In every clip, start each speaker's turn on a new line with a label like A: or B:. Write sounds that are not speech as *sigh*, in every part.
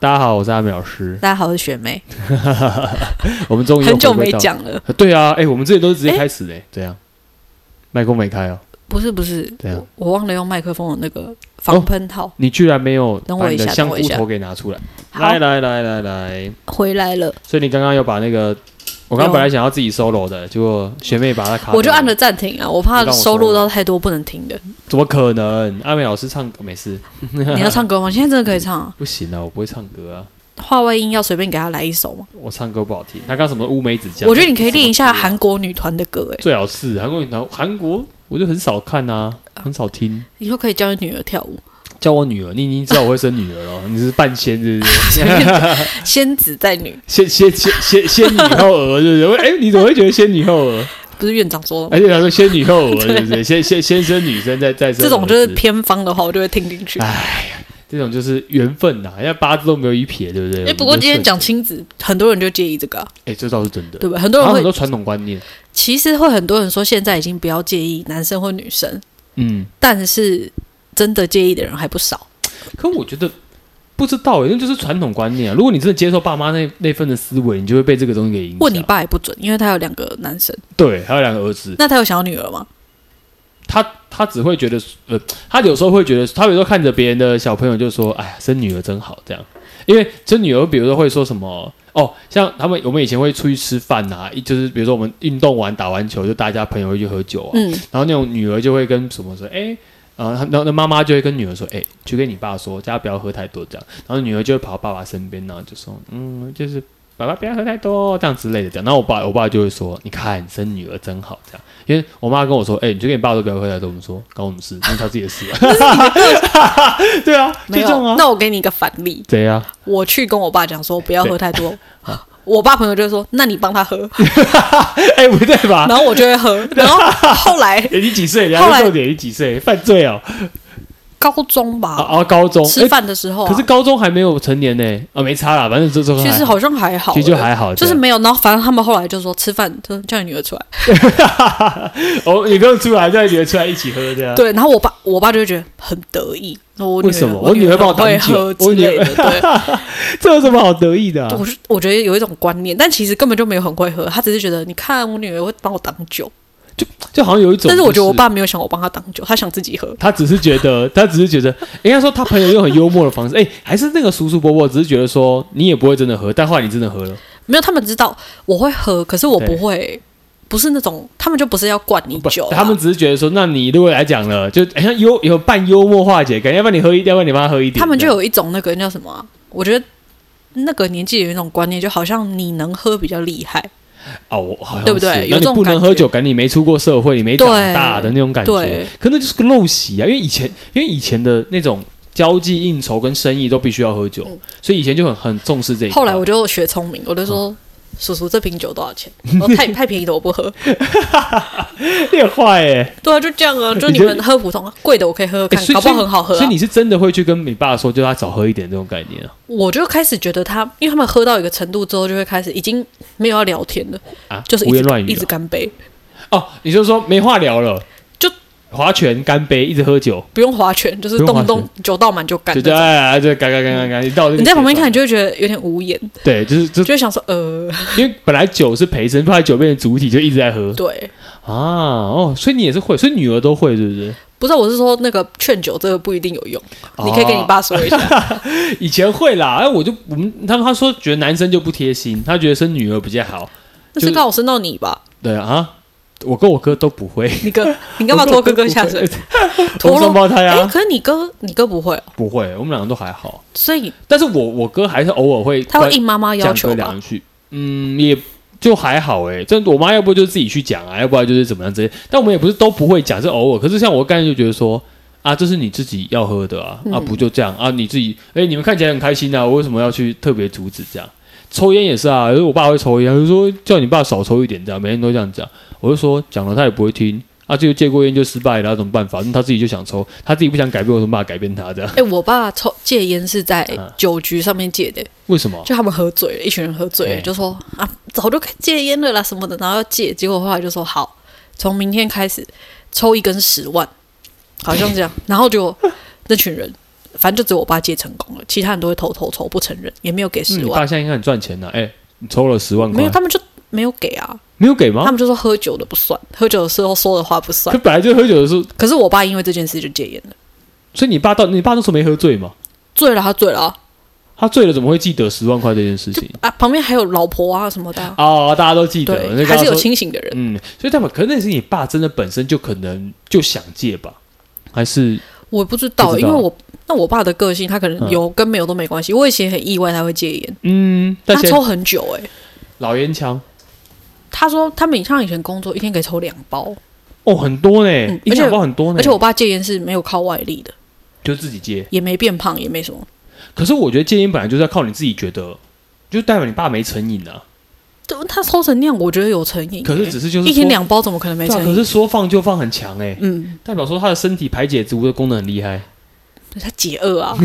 A: 大家好，我是阿淼
B: *laughs*
A: 师。
B: 大家好，我是学妹，
A: 我们终于又
B: 很久
A: 回归
B: 没
A: 到。
B: 讲了。
A: 对啊，哎、我们之前都是直接
B: 哎
A: 开始的、怎样？麦克风没开哦，
B: 不是不是，
A: 怎样？
B: 我忘了用麦克风的那个防喷套。
A: 你居然没有
B: 等
A: 把
B: 我
A: 你
B: 一
A: 的
B: 下
A: 香
B: 等我一
A: 菇
B: 下
A: 头给拿出来。
B: 好，
A: 来来来来来，
B: 回来了，
A: 所以你刚刚有把那个，我刚
B: 有啊
A: 本来想要自己 solo 的，结果学妹把它卡。
B: 我就按了，暂停啊，我怕
A: 你让我
B: 收录
A: 说了
B: 到太多不能听
A: *laughs*
B: 的。
A: 怎么可能？阿美老师唱歌没事，
B: 你要唱歌吗？现在真的可以唱啊，
A: 不行啊，我不会唱歌啊，
B: 话外音要随便给他来一首吗？
A: 我唱歌不好听。他刚什么乌梅子酱？
B: 我觉得你可以练一下
A: 什么歌啊
B: 韩国女团的歌，哎，
A: 最好是韩国女团，韩国我就很少看啊，很少听。
B: 以后可以教你女儿跳舞，
A: 叫我女儿，你已经知道我会生女儿了，你是半仙是不是？
B: 先子再女，
A: 仙仙仙仙仙女后儿是不是？哎、你怎么会觉得仙女后儿？
B: 不是院长说的吗？
A: 而且他说仙女后儿是不是？先先先生女生再再生
B: 这
A: 儿
B: 种就是
A: 子
B: 偏方的话，我就会听进
A: 哎
B: 去。哎
A: 这种就是缘分呐、人家八字都没有一撇，对不对？
B: 哎，不过今天讲
A: 我们就顺着，
B: 亲子，很多人就介意这个啊，
A: 哎、这倒是真的。
B: 对吧？很多
A: 然
B: 人
A: 后很多
B: 会，
A: 传统观念，
B: 其实会很多人说，现在已经不要介意男生或女生，
A: 嗯，
B: 但是真的介意的人还不少。
A: 可我觉得不知道、欸，那就是传统观念、啊。如果你真的接受爸妈那那份的思维，你就会被这个东西给影响。
B: 问你爸也不准，因为他有两个男生，
A: 对，还有两个儿子，
B: 那他有想要女儿吗？
A: 他他只会觉得，呃，他有时候会觉得，他有时候看着别人的小朋友就说，哎呀，生女儿真好这样，因为生女儿，比如说会说什么。哦，像他们我们以前会出去吃饭呐、一就是比如说我们运动完打完球，就大家朋友会去喝酒啊，
B: 嗯，
A: 然后那种女儿就会跟什么说，哎、呃，然后那妈妈就会跟女儿说，哎、去跟你爸说，叫他不要喝太多这样。然后女儿就会跑到爸爸身边，然后就说，嗯，就是爸爸不要喝太多这样之类的这样。然后我爸我爸就会说，你看生女儿真好这样，因为我妈跟我说，哎、你就跟你爸说不要喝太多。我们说关我们事，那是他自己的事、啊。对啊，就
B: 没
A: 这
B: 有。
A: 样啊。
B: 那我给你一个反例，
A: 怎样？
B: 我去跟我爸讲说不要喝太
A: *laughs*
B: 多，
A: 啊
B: 我爸朋友就会说那你帮他喝，
A: 哎、不对
B: *laughs*
A: 吧？
B: 然后我就
A: *laughs*
B: 会喝，然后后来
A: 哎、你几岁？你
B: 后
A: 还
B: 来
A: 是重点，你几岁？犯罪哦！
B: 高中
A: 啊
B: 吧，
A: 啊，高中。
B: 吃
A: 哎、
B: 饭的时候啊，
A: 可是高中还没有成年呢、啊，没差啦，反正这这
B: 其实好像还好，
A: 其实就还好，
B: 就是
A: 对
B: 没有。然后反正他们后来就说吃饭就叫你女儿出来，
A: *laughs* 哦，你不用出来，叫你女儿出来一起喝这样。
B: 对，然后我爸我爸就会觉得很得意。然后我
A: 啊
B: 女
A: 为什么
B: 我
A: 我女儿帮我
B: 很会
A: 挡酒
B: 喝
A: 我
B: 之
A: 女
B: 类的，对，
A: *laughs* 这有什么好得意的、啊？
B: 我是我觉得有一种观念，但其实根本就没有很会喝，他只是觉得你看我女儿会帮我挡酒，
A: 就好像有一种，
B: 但是我觉得我，爸没有想我帮他挡酒，他想自己喝。
A: 他只是觉得，他只是觉得，应该说他朋友用很幽默的方式，哎、还是那个叔叔伯伯，只是觉得说你也不会真的喝，但后来你真的喝了，
B: 没有，他们知道我会喝，可是我不
A: 对
B: 会，不是那种他们就不是要灌你
A: 不
B: 酒啊、，
A: 他们只是觉得说，那你如果来讲了，就 *laughs* 好像幽有半幽默化解感，要不然你喝一点，要不然你帮他喝一点，
B: 他们就有一种那个叫什么啊、我觉得。那个年纪有一种观念，就好像你能喝比较厉害，
A: 哦，我好像是
B: 对不对
A: 那
B: 有这
A: 你
B: 种
A: 不能喝
B: 感觉
A: 酒，感觉你没出过社会，你没长
B: 对
A: 大的那种感觉
B: 对。
A: 可那就是个陋习啊，因为以前，因为以前的那种交际应酬跟生意都必须要喝酒，所以以前就很很重视这一块。
B: 嗯后
A: *laughs*
B: 来我就学聪明，我就说：“
A: 嗯
B: 叔叔，这瓶酒多少钱？”我说：“太 *laughs* 太便宜的我不喝。
A: 变坏哎，”
B: 对啊，就这样啊，就
A: 你
B: 你
A: 就
B: 们喝普通啊，贵的我可以喝喝
A: 欸
B: 看，
A: 所以
B: 搞不
A: 所
B: 好
A: 以
B: 很好喝、啊。
A: 所以你是真的会去跟你爸说，就他少喝一点这种概念啊？
B: 我就开始觉得他，因为他们喝到一个程度之后，就会开始已经没有要聊天了，
A: 啊，
B: 就是一
A: 胡
B: 直
A: 言乱语
B: 一
A: 啊
B: 直干杯，
A: 哦，你就说没话聊了，
B: 就
A: 划拳干杯，一直喝酒，
B: 不用划拳，就是
A: 不用划
B: 动
A: 拳
B: 动酒倒满就干
A: 就。这样哎哎，就干干干干干，一到这个
B: 你在旁边
A: 阶段
B: 看，你，就会觉得有点无言，
A: 对，就是就
B: 就会想说，呃，
A: 因为本来酒是陪身，后来酒变成主体，就一直在喝。
B: 对，
A: 啊，哦，所以你也是会，所以女儿都会，是不是？
B: 不是，我是说那个劝酒这个不一定有用，你可以跟你爸说一
A: 啊
B: 下，
A: *laughs* 以前会啦，哎，我就我们他们他说觉得男生就不贴心，他觉得生女儿比较好。就
B: 那
A: 是
B: 是刚好生到你吧？
A: 对啊，我跟我哥都不 *laughs* 会，
B: 你哥，你干嘛拖哥哥下水？
A: 同
B: 拖
A: 双
B: 了？
A: 胞胎
B: 哎，
A: 啊，
B: 可是你哥，你哥不会哦，
A: 不会，我们两个都还好。
B: 所以
A: 但是我我哥还是偶尔会
B: 他会
A: 关
B: 应妈妈要
A: 讲
B: 求
A: 个
B: 吧？
A: 两句，嗯，也就还好哎、这我妈要不就自己去讲啊，要不然就是怎么样之类。但我们也不是都不会讲，是偶尔。可是像我刚才就觉得说。啊，这是你自己要喝的啊，啊
B: 嗯
A: 不就这样啊？你自己，哎、你们看起来很开心啊，我为什么要去特别阻止这样？抽烟也是啊，因为我爸会抽烟，他就说叫你爸少抽一点这样，每天都这样讲。我就说讲了他也不会听，啊，这个戒过烟就失败了，有什啊么办法？那他自己就想抽，他自己不想改变，我怎么办法改变他这样？
B: 哎，我爸抽戒烟是在
A: 啊
B: 酒局上面戒的，
A: 为什么？
B: 就他们喝醉了，一群人喝醉了，
A: 哎
B: 就说啊，早就该戒烟了啦什么的，然后要戒，结果后来就说好，从明天开始抽一根十万，好像这样，然后就那群人反正就只有我爸借成功了，其他人都会偷偷抽不承认，也没有给
A: 嗯
B: 十
A: 你
B: 万，
A: 爸现在应该很赚钱呐、哎、你抽了十万
B: 没
A: 块
B: 有，，他们就没有给啊，
A: 没有给
B: 他
A: 吗？
B: 们就说喝酒的不算，喝酒的时候说的话不算
A: 可。本来就喝酒的时候，
B: 可是我爸因为这件事就戒烟了，
A: 所以你爸到你爸那时候没喝醉嘛？
B: 醉了他醉了啊、
A: 他醉了怎么会记得十万块这件事
B: 就
A: 情？
B: 啊旁边还有老婆啊什么的啊、
A: 哦，大家都记得，那
B: 对，
A: 个
B: 还是有
A: 说
B: 清醒的人。
A: 嗯，所以代表可能是你爸真的本身就可能就想戒吧，还是
B: 我不知道，
A: 不知
B: 因
A: 道
B: 为我那我爸的个性，他可能
A: 嗯
B: 有跟没有都没关系。我以前很意外他会戒烟，
A: 嗯，但
B: 他
A: 是
B: 抽很久哎、
A: 老烟枪
B: 他说他们像以前工作一天可以抽两包，
A: 哦很多呢，
B: 嗯
A: 一
B: 而且
A: 两包很多呢，
B: 而且我爸戒烟是没有靠外力的，
A: 就自己戒。
B: 也没变胖，也没什么。
A: 可是我觉得戒烟本来就是要靠你自己觉得，就代表你爸没成瘾啊。
B: 就他抽成那样，我觉得有成瘾欸、
A: 可是只是就是
B: 一天
A: 说
B: 两包，怎么可能没
A: 对啊
B: 成
A: 可
B: 瘾？
A: 是说放就放很强哎、
B: 嗯，
A: 代表说他的身体排解毒的功能很厉害。
B: 他解饿啊。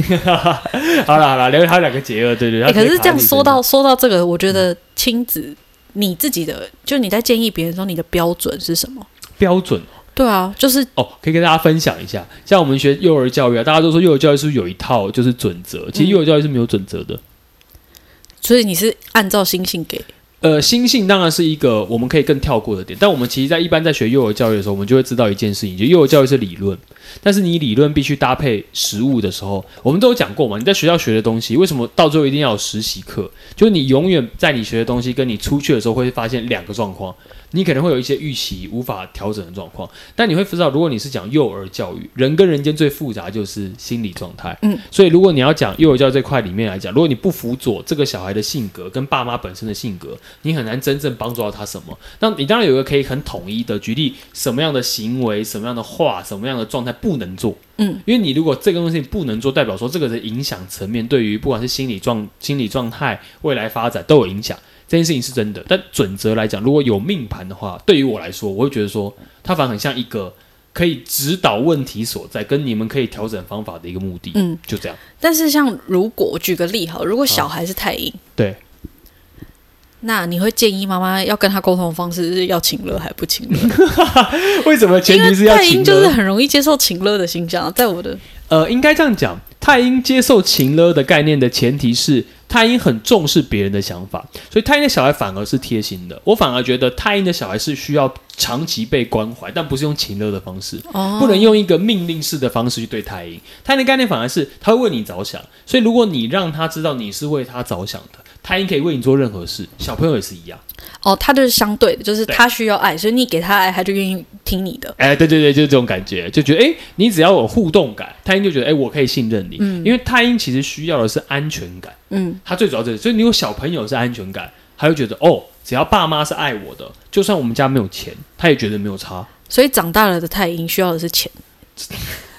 A: 好了好了，聊他有两个结了，对对。
B: 欸
A: 他直
B: 可
A: 接
B: 是
A: 卡
B: 这样
A: 在你
B: 说
A: 身上
B: 到说到这个，我觉
A: 嗯
B: 得亲子你自己的，就你在建议别人说你的标准是什么？
A: 标准
B: 对啊，就是
A: 哦，可以跟大家分享一下，像我们学幼儿教育啊，大家都说幼儿教育是不是有一套就是准则，其实
B: 嗯
A: 幼儿教育是没有准则的。
B: 所以你是按照心性给，
A: 呃，心性当然是一个我们可以更跳过的点，但我们其实在一般在学幼儿教育的时候，我们就会知道一件事情，就幼儿教育是理论，但是你理论必须搭配实物的时候，我们都有讲过嘛，你在学校学的东西，为什么到最后一定要有实习课？就是你永远在你学的东西跟你出去的时候会发现两个状况，你可能会有一些预期无法调整的状况，但你会知道，如果你是讲幼儿教育，人跟人间最复杂就是心理状态，
B: 嗯，
A: 所以如果你要讲幼儿教育这块里面来讲，如果你不辅佐这个小孩的性格跟爸妈本身的性格，你很难真正帮助到他什么。那你当然有一个可以很统一的举例，什么样的行为、什么样的话、什么样的状态不能做。
B: 嗯，
A: 因为你如果这个东西不能做，代表说这个的影响层面对于不管是心理状、心理状态、未来发展都有影响。这件事情是真的，但准则来讲，如果有命盘的话，对于我来说，我会觉得说，它反而很像一个可以指导问题所在，跟你们可以调整方法的一个目的。
B: 嗯，
A: 就这样。
B: 但是像如果我举个例好了，如果小孩是太硬，
A: 对，
B: 那你会建议妈妈要跟他沟通的方式是要请乐还不请 *laughs* 乐？
A: 为什么前
B: 因
A: 提
B: 为
A: 是要
B: 太
A: 请
B: 硬
A: 呢？
B: 就是很容易接受请乐的形象，在我的
A: 呃，应该这样讲，太阴接受情了的概念的前提是太阴很重视别人的想法，所以太阴的小孩反而是贴心的。我反而觉得太阴的小孩是需要长期被关怀，但不是用情了的方式。
B: 哦
A: 不能用一个命令式的方式去对太阴。太阴的概念反而是他会为你着想，所以如果你让他知道你是为他着想的，太阴可以为你做任何事。小朋友也是一样。
B: 哦，他就是相对的，就是
A: 对
B: 他需要爱，所以你给他爱，他就愿意听你的。
A: 哎，对对对，就是这种感觉，就觉得哎，你只要有互动感，太阴就觉得哎，我可以信任你，因为太阴其实需要的是安全感。
B: 嗯，
A: 他最主要这里，所以你有小朋友是安全感，他会觉得哦，只要爸妈是爱我的，就算我们家没有钱，他也觉得没有差。
B: 所以长大了的太阴需要的是 *laughs* 钱。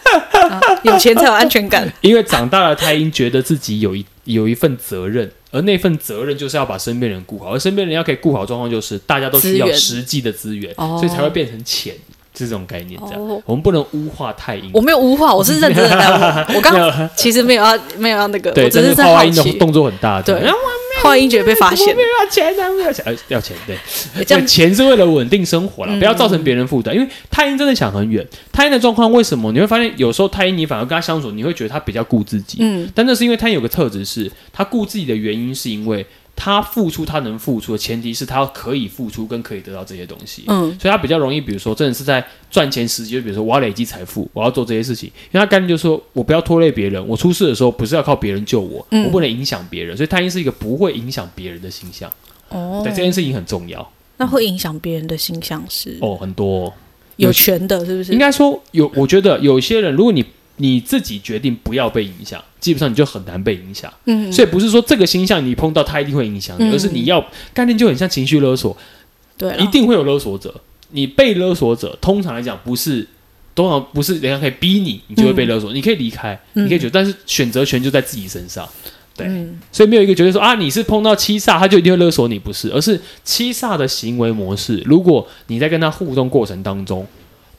B: 啊有钱才有安全感，
A: 因为长大了，太英觉得自己有一有一份责任，而那份责任就是要把身边人顾好，而身边人要可以顾好的状况就是大家都需
B: 资
A: 要
B: 源
A: 实际的资源，
B: 哦
A: 所以才会变成钱这种概念。这样，
B: 哦
A: 我们不能污化太英。
B: *laughs* 我没有污化，我是认真的在 *laughs* 问。我刚
A: 没
B: 刚其实没有要没有要那个，
A: *laughs* 对，
B: 我只
A: 但是
B: 在
A: 画
B: 好
A: 外音的
B: 奇。
A: 动作很大，
B: 对
A: 这样啊
B: 话音觉得被发
A: 我
B: 现哎
A: 没，有要钱啊，没有要钱，呃要钱对。
B: 这样嗯
A: 对钱是为了稳定生活啦，不要造成别人负担。因为太阴真的想很远，太阴的状况为什么你会发现有时候太阴你反而跟他相处，你会觉得他比较顾自己，
B: 嗯
A: 但那是因为他有个特质是，他顾自己的原因是因为他付出他能付出的前提是他可以付出跟可以得到这些东西。
B: 嗯，
A: 所以他比较容易，比如说真的是在赚钱时机，就比如说我要累积财富，我要做这些事情，因为他概念就是说我不要拖累别人，我出事的时候不是要靠别人救我，
B: 嗯
A: 我不能影响别人，所以太阴是一个不会影响别人的形象，
B: 哦
A: 对这件事情很重要
B: 那会影响别人的形象是
A: 哦，很多、哦。
B: 有权的，嗯是不是？
A: 应该说有，我觉得有些人，如果你你自己决定不要被影响，基本上你就很难被影响。
B: 嗯，
A: 所以不是说这个星象你碰到它一定会影响你，
B: 嗯
A: 而是你要概念就很像情绪勒索，
B: 对啦
A: 一定会有勒索者。你被勒索者，通常来讲不是，通常不是人家可以逼你，你就会被勒索。你可以离开，
B: 嗯
A: 你可以觉得，但是选择权就在自己身上。对
B: 嗯
A: 所以没有一个绝对说啊，你是碰到七煞，他就一定会勒索你，不是，而是七煞的行为模式。如果你在跟他互动过程当中，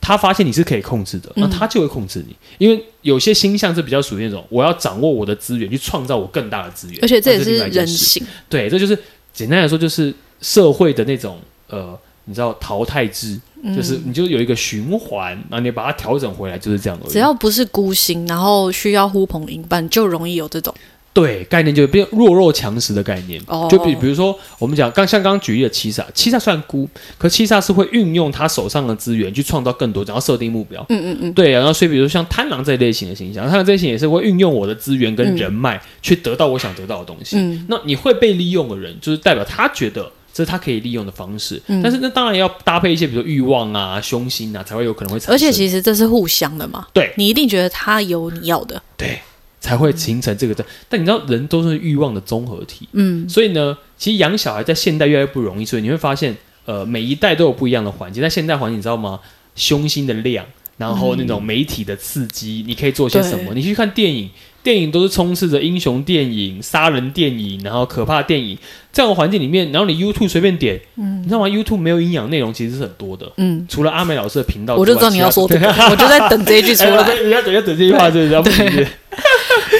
A: 他发现你是可以控制的，那
B: 嗯
A: 他就会控制你。因为有些星象是比较属于那种我要掌握我的资源，去创造我更大的资源，
B: 而且这也
A: 那另
B: 是
A: 外一件
B: 人
A: 事
B: 性，
A: 对，这就是简单来说，就是社会的那种呃你知道淘汰制，
B: 嗯
A: 就是你就有一个循环，然后你把它调整回来，就是这样而已。
B: 只要不是孤星，然后需要呼朋引伴，就容易有这种
A: 对概念就变弱肉强食的概念，
B: 哦
A: 就比比如说我们讲刚像刚刚举例的七煞，七煞算孤，可七煞是会运用他手上的资源去创造更多，然后设定目标。
B: 嗯嗯嗯，
A: 对啊，然后所以比如像贪狼这一类型的形象，贪狼这一类型也是会运用我的资源跟人脉去得到我想得到的东西。
B: 嗯
A: 那你会被利用的人，就是代表他觉得这是他可以利用的方式，但是那当然要搭配一些比如说欲望啊、凶心啊，才会有可能会产生。
B: 而且其实这是互相的嘛，
A: 对
B: 你一定觉得他有你要的，
A: 对，才会形成这个的。但你知道，人都是欲望的综合体，
B: 嗯
A: 所以呢，其实养小孩在现代越来越不容易，所以你会发现，呃，每一代都有不一样的环境。在现代环境，你知道吗？凶心的量，然后那种媒体的刺激，你可以做些什么？
B: 嗯对
A: 你去看电影，电影都是充斥着英雄电影、杀人电影，然后可怕电影这样的环境里面，然后你 YouTube 随便点，你知道吗？YouTube 没有营养内容其实是很多的。
B: 嗯，
A: 除了阿美老师的频道之外，
B: 我就知道你要说这个，我就在等这一句
A: 其
B: 出
A: 他 *laughs* 的。哎
B: 来。
A: 我你要等要等这句话，对不对？要不理解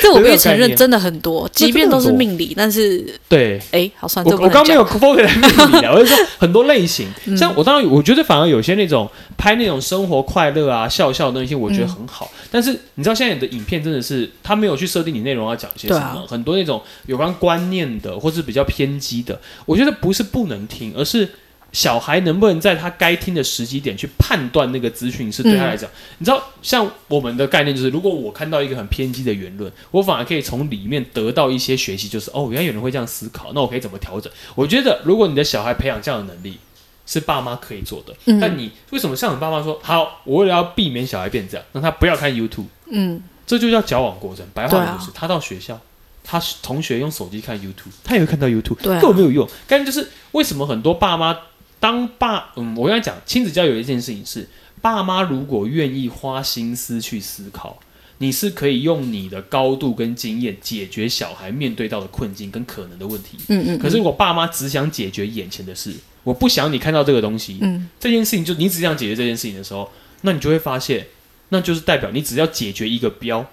B: 这我必
A: 有
B: 须
A: 这种概
B: 承认，
A: 念
B: 真的很多，即便都是
A: 真的很多
B: 命理，但是
A: 对，
B: 哎，好算
A: 我
B: 这
A: 我
B: 不
A: 刚没
B: 能讲。嗯
A: 有 focus 在命理的，我
B: *laughs*
A: 是说很多类型，像我当然我觉得反而有些那种拍那种生活快乐啊、笑笑的那些，我觉
B: 嗯
A: 得很好。但是你知道现在的影片真的是他没有去设定你内容要讲些什
B: 对
A: 么，
B: 啊
A: 很多那种有关观念的或是比较偏激的，我觉得不是不能听，而是。小孩能不能在他该听的时机点去判断那个资讯是对他来讲？你知道，像我们的概念就是，如果我看到一个很偏激的言论，我反而可以从里面得到一些学习，就是哦，原来有人会这样思考，那我可以怎么调整？我觉得，如果你的小孩培养这样的能力，是爸妈可以做的。
B: 嗯
A: 但你为什么像你爸妈说，好，我为了要避免小孩变这样，让他不要看 YouTube，
B: 嗯，
A: 这就叫矫枉过正。白
B: 对
A: 话
B: 啊
A: 就是，他到学校，他同学用手机看 YouTube，他也会看到 YouTube，
B: 对啊
A: 根本没有用。但就是为什么很多爸妈当爸，嗯，我刚才讲亲子教育有一件事情是，爸妈如果愿意花心思去思考。你是可以用你的高度跟经验解决小孩面对到的困境跟可能的问题。
B: 嗯嗯，
A: 可是我爸妈只想解决眼前的事，我不想你看到这个东西，
B: 嗯
A: 这件事情就你只想解决这件事情的时候，那你就会发现，那就是代表你只要解决一个标，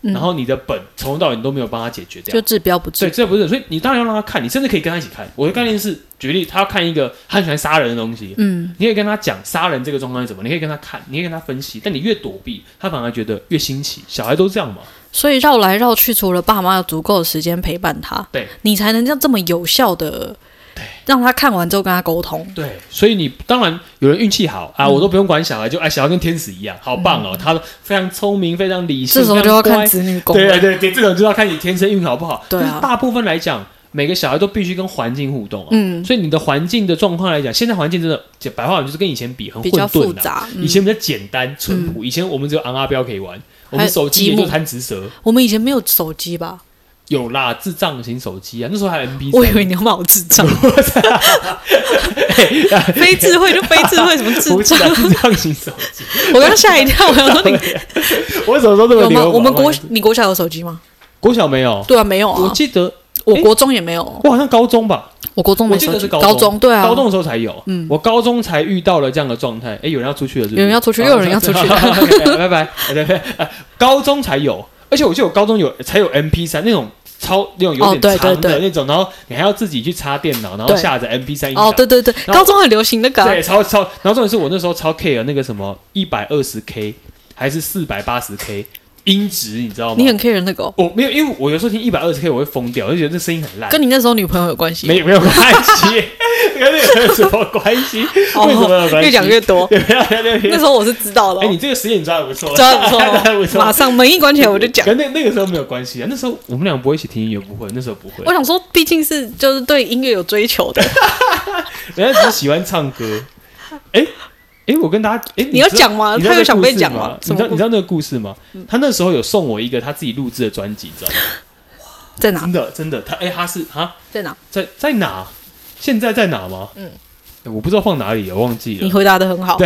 B: 嗯
A: 然后你的本从头到尾你都没有帮他解决
B: 就
A: 掉。
B: 治标不治
A: 对，这不是，所以你当然要让他看，你甚至可以跟他一起看。我的概念是，举例，他要看一个他很喜欢杀人的东西，
B: 嗯，
A: 你可以跟他讲杀人这个状况是怎么，你可以跟他看，你可以跟他分析。但你越躲避，他反而觉得越新奇。小孩都这样嘛，
B: 所以绕来绕去，除了爸妈有足够的时间陪伴他，
A: 对，
B: 你才能这样这么有效的，让他看完之后跟他沟通。
A: 对，所以你当然有人运气好
B: 嗯
A: 啊，我都不用管小孩，就哎，小孩跟天使一样，好棒哦，他非常聪明，非常理性，
B: 这时候就要看
A: 非常
B: 子女
A: 乖
B: 宫
A: 对啊对
B: 了。
A: 对对，这种就要看你天生运好不好。
B: 对啊
A: 但是大部分来讲，每个小孩都必须跟环境互动啊，
B: 嗯，
A: 所以你的环境的状况来讲，现在环境真的讲白话文就是跟以前比很
B: 比
A: 混
B: 较复
A: 沌的、
B: 杂。嗯
A: 以前比较简单淳朴，以前我们只有昂阿标可以玩，我
B: 还
A: 们
B: 有
A: 手机
B: 积
A: 也就
B: 木
A: 贪吃蛇，
B: 嗯我们以前没有手机吧？
A: 有啦，智障型手机啊，那时候还 MP，
B: 我以
A: *laughs*
B: 为你要骂我智障，非智慧就非 *laughs* 智慧，什么
A: 不
B: 智
A: 是
B: 障？ *laughs*
A: 啊，智障型手机，
B: 我刚吓一跳，我想说你
A: *laughs* 我什么时候这么
B: 有
A: 流
B: 吗？
A: 氓
B: 我们
A: 啊
B: 国你国小有手机吗？
A: 国小没有，
B: 对啊，没有
A: 我
B: 啊，
A: 记得
B: 我
A: 诶
B: 国中也没有，
A: 我好像高中吧，
B: 我国中
A: 我
B: 没
A: 记
B: 手
A: 得是
B: 机，
A: 高
B: 高中对啊，
A: 高中的时候才有。
B: 嗯
A: 我高中才遇到了这样的状态。哎诶，有人要出去了是不是，
B: 有人要出去
A: 哦
B: 又有人要出去
A: *laughs* OK，拜拜，拜拜。啊高中才有，而且我记得我高中有才有 MP 三那种超那种有
B: 哦对
A: 点长
B: 对
A: 的
B: 对
A: 那种，然后你还要自己去插电脑，然后
B: 对
A: 下载 MP 三音
B: 哦，
A: 档。
B: 对对对，
A: 然后
B: 高中很流行那个啊，
A: 对，超超，然后重点是我那时候超 care 那个什么一百二十 K 还是四百八十 K 音质，你知道吗？
B: 你很 care 那个哦，
A: 我没有，因为我有时候听一百二十 K 我会疯掉，我就觉得这声音很烂。
B: 跟你那时候女朋友有关系吗？
A: 没没有关系，跟这个有什么关系？为什么有关
B: *laughs* 哦
A: 系？
B: 越讲
A: *laughs*
B: 越多。
A: 对不要不要不要不
B: 那
A: 要
B: 时候我是知道了
A: 哎，，你这个实验抓的不错，
B: *laughs* 抓
A: *laughs*
B: 得不
A: 抓得不
B: 错，
A: 错
B: 马上门一关起来我就
A: *laughs*
B: 讲。
A: 跟那那个时候没有关系啊，那时候我们俩不会一起听音乐，不会，那时候不会
B: 我，想说，毕竟是就是对音乐有追求
A: *laughs*
B: 的，
A: 人家只是喜欢唱
B: *laughs*
A: 歌。哎哎，我跟大家，哎，
B: 你要
A: 知道
B: 讲吗？
A: 你知道
B: 他有
A: 这
B: 想
A: 个故
B: 被
A: 事
B: 讲
A: 吗？
B: 什
A: 你知道
B: 么嗯
A: 你知道那个故事吗？他那时候有送我一个他自己录制的专辑，你知道吗？
B: 在哪
A: 真？的真的，他哎他是啊
B: 在哪？
A: 在在哪？现在在哪吗？嗯，我不知道放哪里了，我忘记
B: 你
A: 了。
B: 回答的很好，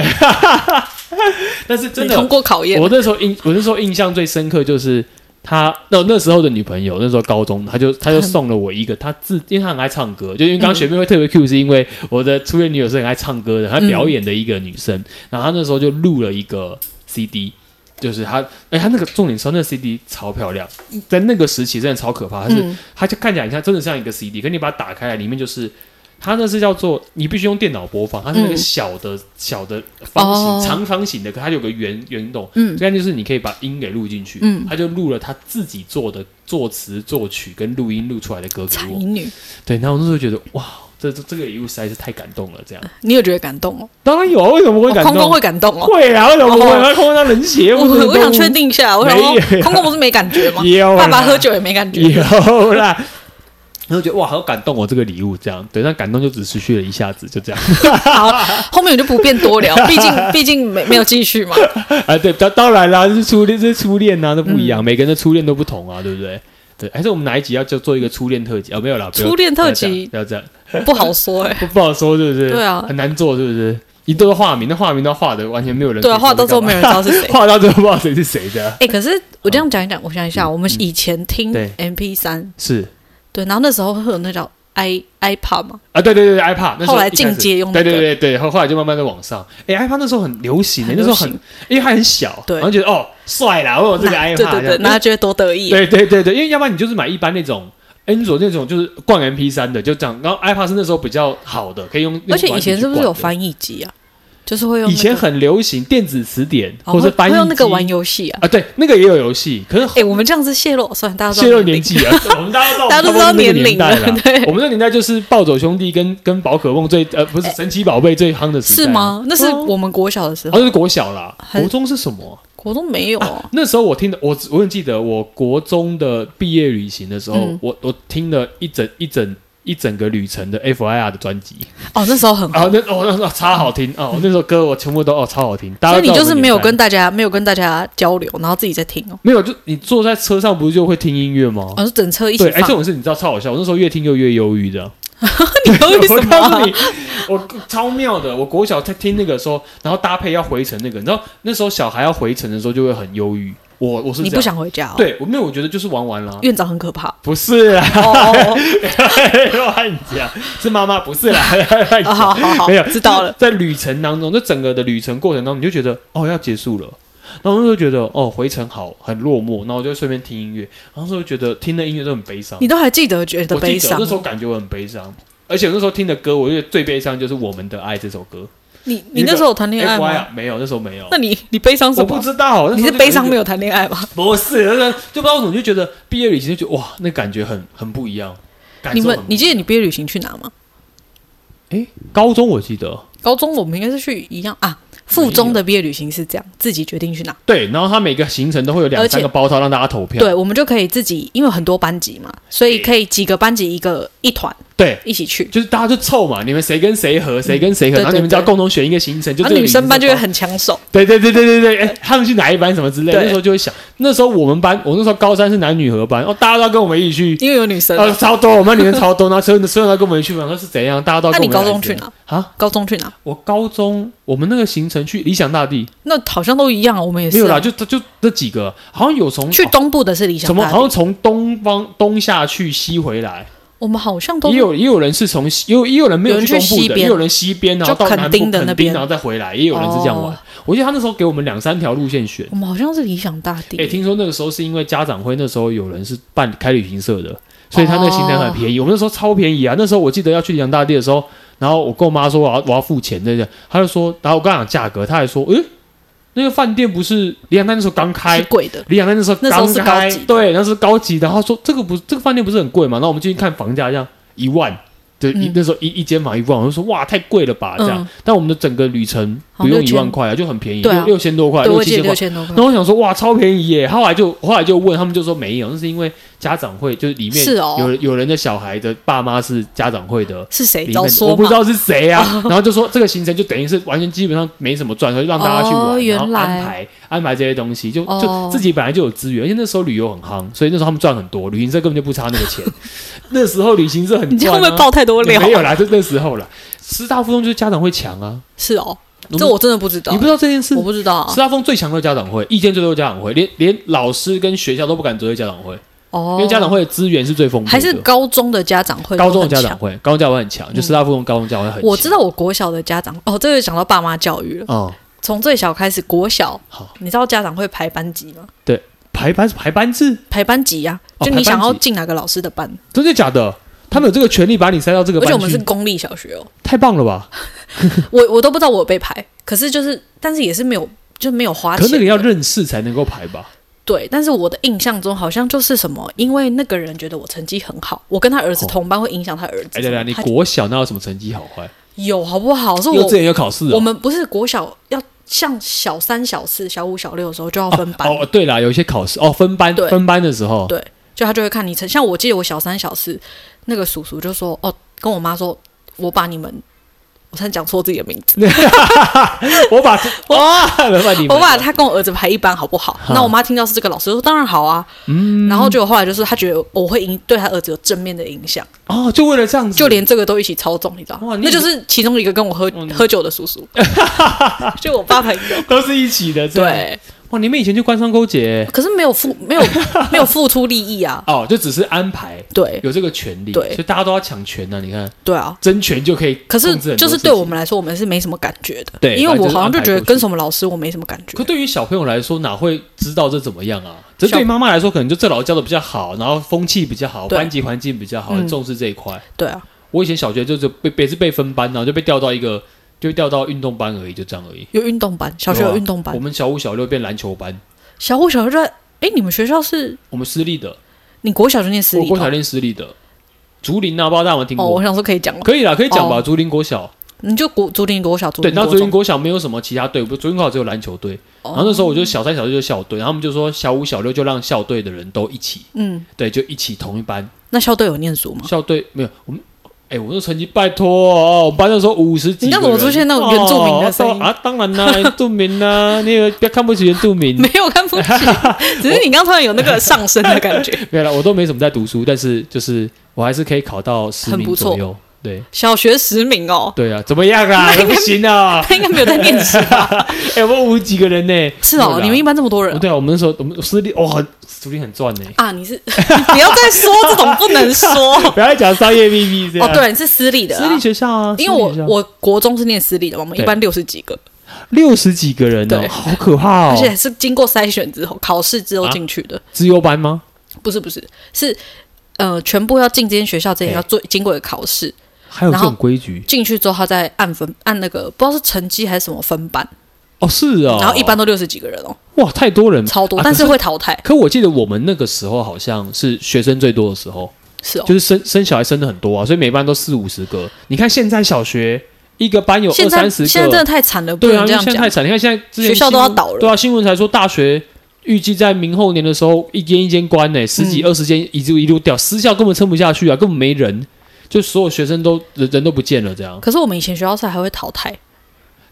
A: 但是真
B: 你
A: 的
B: 通过考验
A: 我。那时候印，我那时候印象最深刻就是他那那时候的女朋友，那时候高中，他就他就送了我一个，他自因为他很爱唱歌，就因为刚刚学妹会特别 Q，是因为我的初恋女友是很爱唱歌的，她表演的一个女生，然后她那时候就录了一个 CD。就是她，哎、她那个重点是她那个 CD 超漂亮，在那个时期真的超可怕。它是，
B: 嗯
A: 它就看起来，你看真的像一个 CD，可你把它打开来，里面就是它那是叫做你必须用电脑播放，它是那个
B: 嗯
A: 小的、小的方形、
B: 哦
A: 长方形的，可它有个圆圆洞，
B: 嗯
A: 这样就是你可以把音给录进去，
B: 嗯
A: 他就录了他自己做的作词、作曲跟录音录出来的歌给
B: 才
A: 我。
B: 女，
A: 对，然后我那时候觉得哇，这这这个礼物实在是太感动了，这样。
B: 你有觉得感动哦？
A: 当然有啊，为什么会感
B: 哦空
A: 动？
B: 嗯空会感动哦。
A: 会啊，为什么不会？
B: 哦
A: 他空空他冷血，
B: 我
A: 不是
B: 我 *laughs* 想确
A: 动
B: 定一下，我想
A: 没
B: 说空空不是没感觉吗
A: 物？ *laughs* 有啦
B: 爸爸喝酒也没感觉，
A: 有啦。然后觉得哇，好感动哦，这个礼物这样，对，但感动就只持续了一下子，就这样。
B: 后面我就不便
A: *laughs*
B: 多聊，毕竟毕竟没没有继续嘛。
A: 啊，对，当当然啦，这是初恋，这是初恋呐、啊，这不一
B: 嗯
A: 样，每个人的初恋都不同啊，对不对？对，还是我们哪一集要就做一个初恋特辑啊？没有啦，不要
B: 初恋特辑
A: 不要这样，
B: 不好说哎，
A: 不要这样不不好说，是不是？
B: 对啊
A: 很难做，是不是？你都是化名，那化名都画的完全没有人可以
B: 对
A: 说
B: 啊，
A: 是干嘛，
B: 话到最后没人知道
A: *laughs*
B: 是谁。
A: 画到最后不知道谁是谁的，
B: 哎，可是我这样讲一讲，我想一下，我们
A: 嗯
B: 以前听
A: 对
B: MP 三，
A: 是
B: 对，然后那时候会有那叫 i iPad 嘛，
A: 啊，对对对对，iPad，那时候
B: 后来
A: 一开始
B: 进阶用那
A: 对
B: 个
A: 对对对，后后来就慢慢的往上。哎，iPad 那时候很流行，
B: 很
A: 那时候
B: 流
A: 很
B: 行，
A: 因为它很小，
B: 对
A: 然后觉得哦帅啦，我有这个
B: 那
A: iPad，
B: 对对
A: 这
B: 对，
A: 样
B: 那他觉得多得意。
A: 对对对对，因为要不然你就是买一般那种。安卓那种就是逛 MP 三的，就这样。然后 iPad 是那时候比较好的，可以用。
B: 而且
A: 用
B: 以前
A: 玩具去
B: 是不是有
A: 逛
B: 翻译机啊？就是会
A: 的？
B: 用
A: 以前
B: 那个
A: 很流行电子词典，
B: 哦
A: 或者
B: 会
A: 是翻译
B: 会用那个
A: 机
B: 玩游戏啊。
A: 啊，对，那个也有游戏。可是
B: 哎，我们这样子泄露，算了，大家都
A: 泄露
B: 年
A: 年
B: 龄
A: 纪啊，我们大家都
B: *laughs* 大家都知道年龄
A: 了
B: 了。对
A: 我们那个年代就是暴走兄弟跟跟宝可梦最呃不是神奇宝贝最夯的时代
B: 哎是？吗？那是
A: 哦
B: 我们国小的时
A: 哦，
B: 候，
A: 就是国小啦，
B: 还
A: 国中是什么啊？
B: 国中没有啊。
A: 那时候我听的，我只我很记得，我国中的毕业旅行的时候，
B: 嗯
A: 我我听了一整一整一整个旅程的 FIR 的专辑，
B: 哦，那时候很好。
A: 啊，那哦那那超好听哦，那首歌我全部都哦超好听，大
B: 所
A: 家
B: 以你
A: 都知道我
B: 就是
A: 们
B: 没有
A: 年代
B: 跟大家没有跟大家交流，然后自己在听哦，
A: 没有，就你坐在车上不是就会听音乐吗？
B: 哦，是整车一起
A: 对，哎、
B: 放
A: 这。种事你知道超好笑，我那时候越听就越忧郁的。
B: 你都 *laughs* 为
A: *laughs* 我
B: 什么
A: 告诉
B: 啊？
A: 你，我超妙的。我国小在听那个时候，然后搭配要回程那个，你知道那时候小孩要回程的时候就会很忧郁。我我是
B: 你
A: 这
B: 不
A: 样，
B: 想回家哦？，
A: 对，我没有，我觉得就是玩完了。啊
B: 院长很
A: *laughs*
B: 可怕。
A: 不是啊，
B: 哦，
A: *laughs* 乱讲，是妈妈不是啦，乱
B: 哦
A: 讲，
B: 好好好，
A: 没有
B: 知道了。。
A: 在旅程当中，这整个的旅程过程当中，你就觉得哦要结束了，然后我就觉得哦回程好很落寞，然后我就顺便听音乐，然后就觉得听的音乐都很悲伤
B: 你。都还记得觉得
A: 我
B: 悲
A: 记得
B: 伤哦
A: 那？时候感觉我很悲伤，而且那时候听的歌，我觉得最悲伤就是《我们的爱》这首歌。
B: 你
A: 你
B: 你
A: 那
B: 那
A: 个
B: 时候有谈恋爱
A: F Y
B: 吗？
A: 啊，没有，那时候没有。
B: 那你你悲伤什
A: 我不
B: 么？
A: 知道，那时
B: 你
A: 候
B: 是
A: 就
B: 悲伤
A: 觉
B: 没
A: 得？
B: 有谈恋爱吗？
A: 不是，那时候就不知道怎么就觉得毕业旅行就觉得哇，那感觉很很不一样。感
B: 你
A: 受
B: 们
A: 很不
B: 你记
A: 一
B: 得
A: 样
B: 你毕业旅行去哪吗？
A: 高中我记得
B: 高中我们应该是去一样啊，附中的毕业旅行是这样，自己决定去哪。
A: 对，然后他每个行程都会有两
B: 而且
A: 三个包套让大家投票。
B: 对，我们就可以自己，因为有很多班级嘛，所以可以几个班级一个一团
A: 对
B: 一起去。
A: 就是大家就凑嘛，你们谁跟谁合，谁跟谁合，
B: 嗯对
A: 然后你们
B: 对
A: 只要
B: 对啊
A: 共同选一个行程，就
B: 然
A: 这
B: 后
A: 个
B: 女生班就会
A: 包
B: 很抢手，
A: 对对对对对对，哎、他们去哪一班什么之类，
B: 对
A: 那时候就会想，那时候我们班，我那时候高三是男女合班，哦，大家都要跟我们一起去，
B: *laughs* 因为有女生啊。
A: 呃，超多，我们班里面超多，然后所有人所有人都跟我们一起去，我说是怎样，大家都要
B: 那
A: 跟我
B: 你
A: 们
B: 高
A: 一起
B: 中去
A: 去
B: 哪？
A: 啊？
B: 高中去哪？
A: 我高中我们那个行程去理想大地
B: 那好像都一样啊，我们也
A: 没
B: 是
A: 有
B: 啊、
A: 啦，就就就那几个，好像有从
B: 去
A: 哦
B: 东部的是理
A: 什
B: 想
A: 么，
B: 大
A: 好
B: 地，
A: 像从东方东下去西回来，
B: 我们好像都
A: 也
B: 是
A: 有也有人是从西，也有也有人没
B: 有人
A: 去
B: 去
A: 东部
B: 西
A: 的，
B: 边
A: 也有人西边，然后
B: 就
A: 到
B: 垦
A: 南部
B: 丁的
A: 垦
B: 那
A: 丁
B: 边
A: 然后再回来，也有人是这样玩
B: 哦。
A: 我记得他那时候给我们两三条路线选。
B: 我们好像是理想大地。
A: 哎、听说那个时候是因为家长会，那时候有人是办开旅行社的，所以他那个行程很
B: 哦
A: 便宜。我们那时候超便宜啊！那时候我记得要去阳大地的时候，然后我跟我妈说我啊要我要付钱那个，她就说，然后我跟她讲价格，她还说，诶、那个饭店不是李阳丹那时候刚
B: 是
A: 开。
B: 贵的，
A: 李阳丹那时候
B: 那时候
A: 刚
B: 是
A: 开
B: 高级，的
A: 对，那是高级的。然后说这个不，这个饭店不是很贵嘛？然后我们进去看房价，这样一万，对，一
B: 嗯
A: 那时候一一间房一万，我就说哇，太贵了吧，这样。
B: 嗯
A: 但我们的整个旅程不
B: 好像
A: 用
B: 六
A: 一
B: 千
A: 万块啊，就很便宜，
B: 对啊
A: 六六千多块，
B: 对，
A: 六
B: 我
A: 七
B: 记
A: 千
B: 得
A: 块
B: 六。千多
A: 然后
B: 块。
A: 我想说，哇，超便宜耶！后来就后来就问他们，就说没有，那是因为家长会，就是里面
B: 是哦
A: 有人有人的小孩的爸妈是家长会的
B: 是谁？
A: 里
B: 早
A: 面的，
B: 说
A: 我不
B: 嘛
A: 知！道是谁啊。然后就说这个行程就等于是完全基本上没什么赚，所以让大家去玩，
B: 哦原
A: 然后
B: 来
A: 安排安排这些东西，就就
B: 哦
A: 自己本来就有资源，而且那时候旅游很夯，所以那时候他们赚很多，旅行社根本就不差那个
B: *laughs*
A: 钱。那时候旅行社很
B: 你这
A: 赚、
B: 样会不会
A: 啊，
B: 爆太多料？
A: 没有啦，就那时候啦。师大附中就是家长会强啊，
B: 是哦，
A: 我们
B: 这我真的不知道
A: 你不，知道这件事
B: 我不知道啊
A: 师大峰最强的家长会，意见最多的家长会，连连老师跟学校都不敢得罪家长会，
B: 哦
A: 因。为家长会的资源是最丰富的。
B: 还是高中的家长会，
A: 高中的家长。会，高中家长会很强，就师大附中高中家长会很强。
B: 我知道，我国小的家长哦，这个讲到爸妈教育了。
A: 哦，
B: 从最小开始，国小
A: 好，
B: 你知道家长会排班级吗？
A: 排班是排班制，
B: 排班级呀、啊
A: 哦
B: 就你想
A: 排
B: 要
A: 班级
B: 进哪个老师的班，
A: 真的假的？他们有这个权利把你塞到这个
B: 而且我
A: 班
B: 们是
A: 去，
B: 公立小学哦，
A: 太棒了吧？
B: 我我都不知道我有被排，可是就是，但是也是没有，就没有花
A: 可
B: 钱
A: 那
B: 的。
A: 个要认识才能够排吧？
B: 对，但是我的印象中好像就是什么，因为那个人觉得我成绩很好，我跟他儿子
A: 哦
B: 同班会影响他儿子。
A: 哎，对对，你
B: 他
A: 国小那有什么成绩好坏？
B: 有好不好？是
A: 幼
B: 我
A: 稚园有考试
B: 我
A: 哦。
B: 们不是国小要像小三、小四、小五、小六的时候就要分班，
A: 哦，对啦，有一些考试哦，分班
B: 对
A: 分班的时候，
B: 对就他就会看你成。像我记得我小三、小四那个叔叔就说：“哦，跟我妈说，我把你们，我才讲错自己的名字，
A: 我把哇，老板你
B: 我
A: 们
B: 把他跟我儿子排一班好不好？”
A: 嗯
B: 那我妈听到是这个老师就说：“当然好啊。”嗯，然后结果后来就是他觉得我会影对他儿子有正面的影响，
A: 哦，就为了这样子，
B: 就连这个都一起操纵，你知道
A: 哇？你
B: 那就是其中一个跟我喝
A: 哇你
B: 喝酒的
A: *laughs*
B: 叔叔，就我爸朋友。
A: 都 *laughs* 是一啊起的，这样
B: 对，
A: 哇，你们以前就官商勾结
B: 可是没
A: *laughs*
B: 有付没有没有付出利益啊。
A: 哦，就只是安排
B: 对
A: 有这个权利，
B: 对
A: 所以大家都要抢权呢。你看，
B: 对啊，
A: 争权就可以，
B: 可是就是对我，们来说，我们是没什么感觉的。
A: 对
B: 因为我好像就觉
A: 反正就是
B: 得
A: 安排过去
B: 跟什么老师我没什么感觉
A: 可。对于小朋友来说，哪会知道这怎么样啊？这对于
B: 小
A: 妈妈来说，可能就这老师教的比较好，然后风气比较好，
B: 对
A: 班级环境比较好，
B: 嗯
A: 很重视这一块。
B: 对啊，
A: 我以前小学就是被也是被分班，然后就被调到一个，就被调到运动班而已，就这样而已。
B: 有运动班，小学
A: 有
B: 有
A: 啊
B: 运动
A: 我
B: 班，
A: 们小五、小六变篮球班，
B: 小五、小六就在。哎，你们学校是
A: 我们私立的，
B: 你国小就念私
A: 我
B: 立
A: 国小
B: 的
A: 练私立的，竹林啊，不知道大家有没有听
B: 哦？
A: 过？
B: 我想说可以讲了，
A: 可以啦，可以讲吧。
B: 哦
A: 竹林国小，
B: 你就国竹林国小、竹
A: 对，
B: 林
A: 然后竹
B: 国
A: 林
B: 中。
A: 国小没有什么其他队，不，竹林国小只有篮球队。然后那
B: 哦，
A: 时候我就小三、小四就校队，然后他们就说小五、小六就让校队的人都一起，
B: 嗯，
A: 对，就一起同一班。
B: 那校队有念书吗？
A: 校队没有我们，哎、我那成绩拜托哦，我们班那时候五十几
B: 你
A: 个
B: 要
A: 人，
B: 怎么出现那种原住民的声音
A: 哦啊？当然啦、原住民
B: *laughs*
A: 啦、你也不要看不起原住民。
B: 没有看不
A: *laughs*
B: 起，只是你刚突然有那个上升的感觉。
A: 没有啦，我都没怎么在读书，但是就是我还是可以考到十
B: 很
A: 名
B: 不错
A: 左右。对
B: 小学十名哦，
A: 对啊，怎么样
B: *laughs*
A: 啊？不行啊！
B: 他应该没有在
A: *laughs*
B: 念书吧？
A: 哎、我们五十几个人呢、
B: 是哦，你们一般这么多人
A: 哦
B: 哦
A: 对啊，我们那时候我们私立哦，很私立很赚呢、
B: 啊？你是 *laughs* 不要再说这种不能说
A: *laughs* 不要再讲商业秘密这样。
B: 哦，对，你是私立的啊、
A: 私立学校啊，
B: 因为
A: 私立学校
B: 我我国中是念私立的嘛，我们
A: 对
B: 一般六十几个，
A: 六十几个人哦，
B: 对
A: 好可怕哦！啊
B: 而且是经过筛选之后，考试之后进去的，
A: 资优班吗？
B: 不是不是是。呃，全部要进这间学校之前
A: 哎
B: 要做经过一个考试，
A: 还有这
B: 然后
A: 种规矩
B: 进去之后他再按分按那个不知道是成绩还是什么分班，
A: 哦？是啊、哦，
B: 然后一般都六十几个人哦，
A: 哇，太多人。
B: 超多，
A: 啊
B: 但
A: 可
B: 是
A: 是
B: 会淘汰，
A: 可我记得我们那个时候好像是学生最多的时候，
B: 是哦
A: 就。是生生小孩生的很多啊，所以每班都四五十个。你看现在小学一个班有
B: 现
A: 二
B: 在
A: 三十个，
B: 现在真的太惨了，不
A: 对啊，
B: 能
A: 因
B: 这
A: 为
B: 样
A: 现在
B: 讲
A: 太。惨。你看现在之前
B: 学校都要
A: 新闻
B: 倒了
A: 对啊，新闻才说大学预计在明后年的时候一间一间关呢、十几
B: 嗯
A: 二十间一路一路掉，私校根本撑不下去啊，根本没人，就所有学生都人人都不见了这样。
B: 可是我们以前学校赛还会淘汰，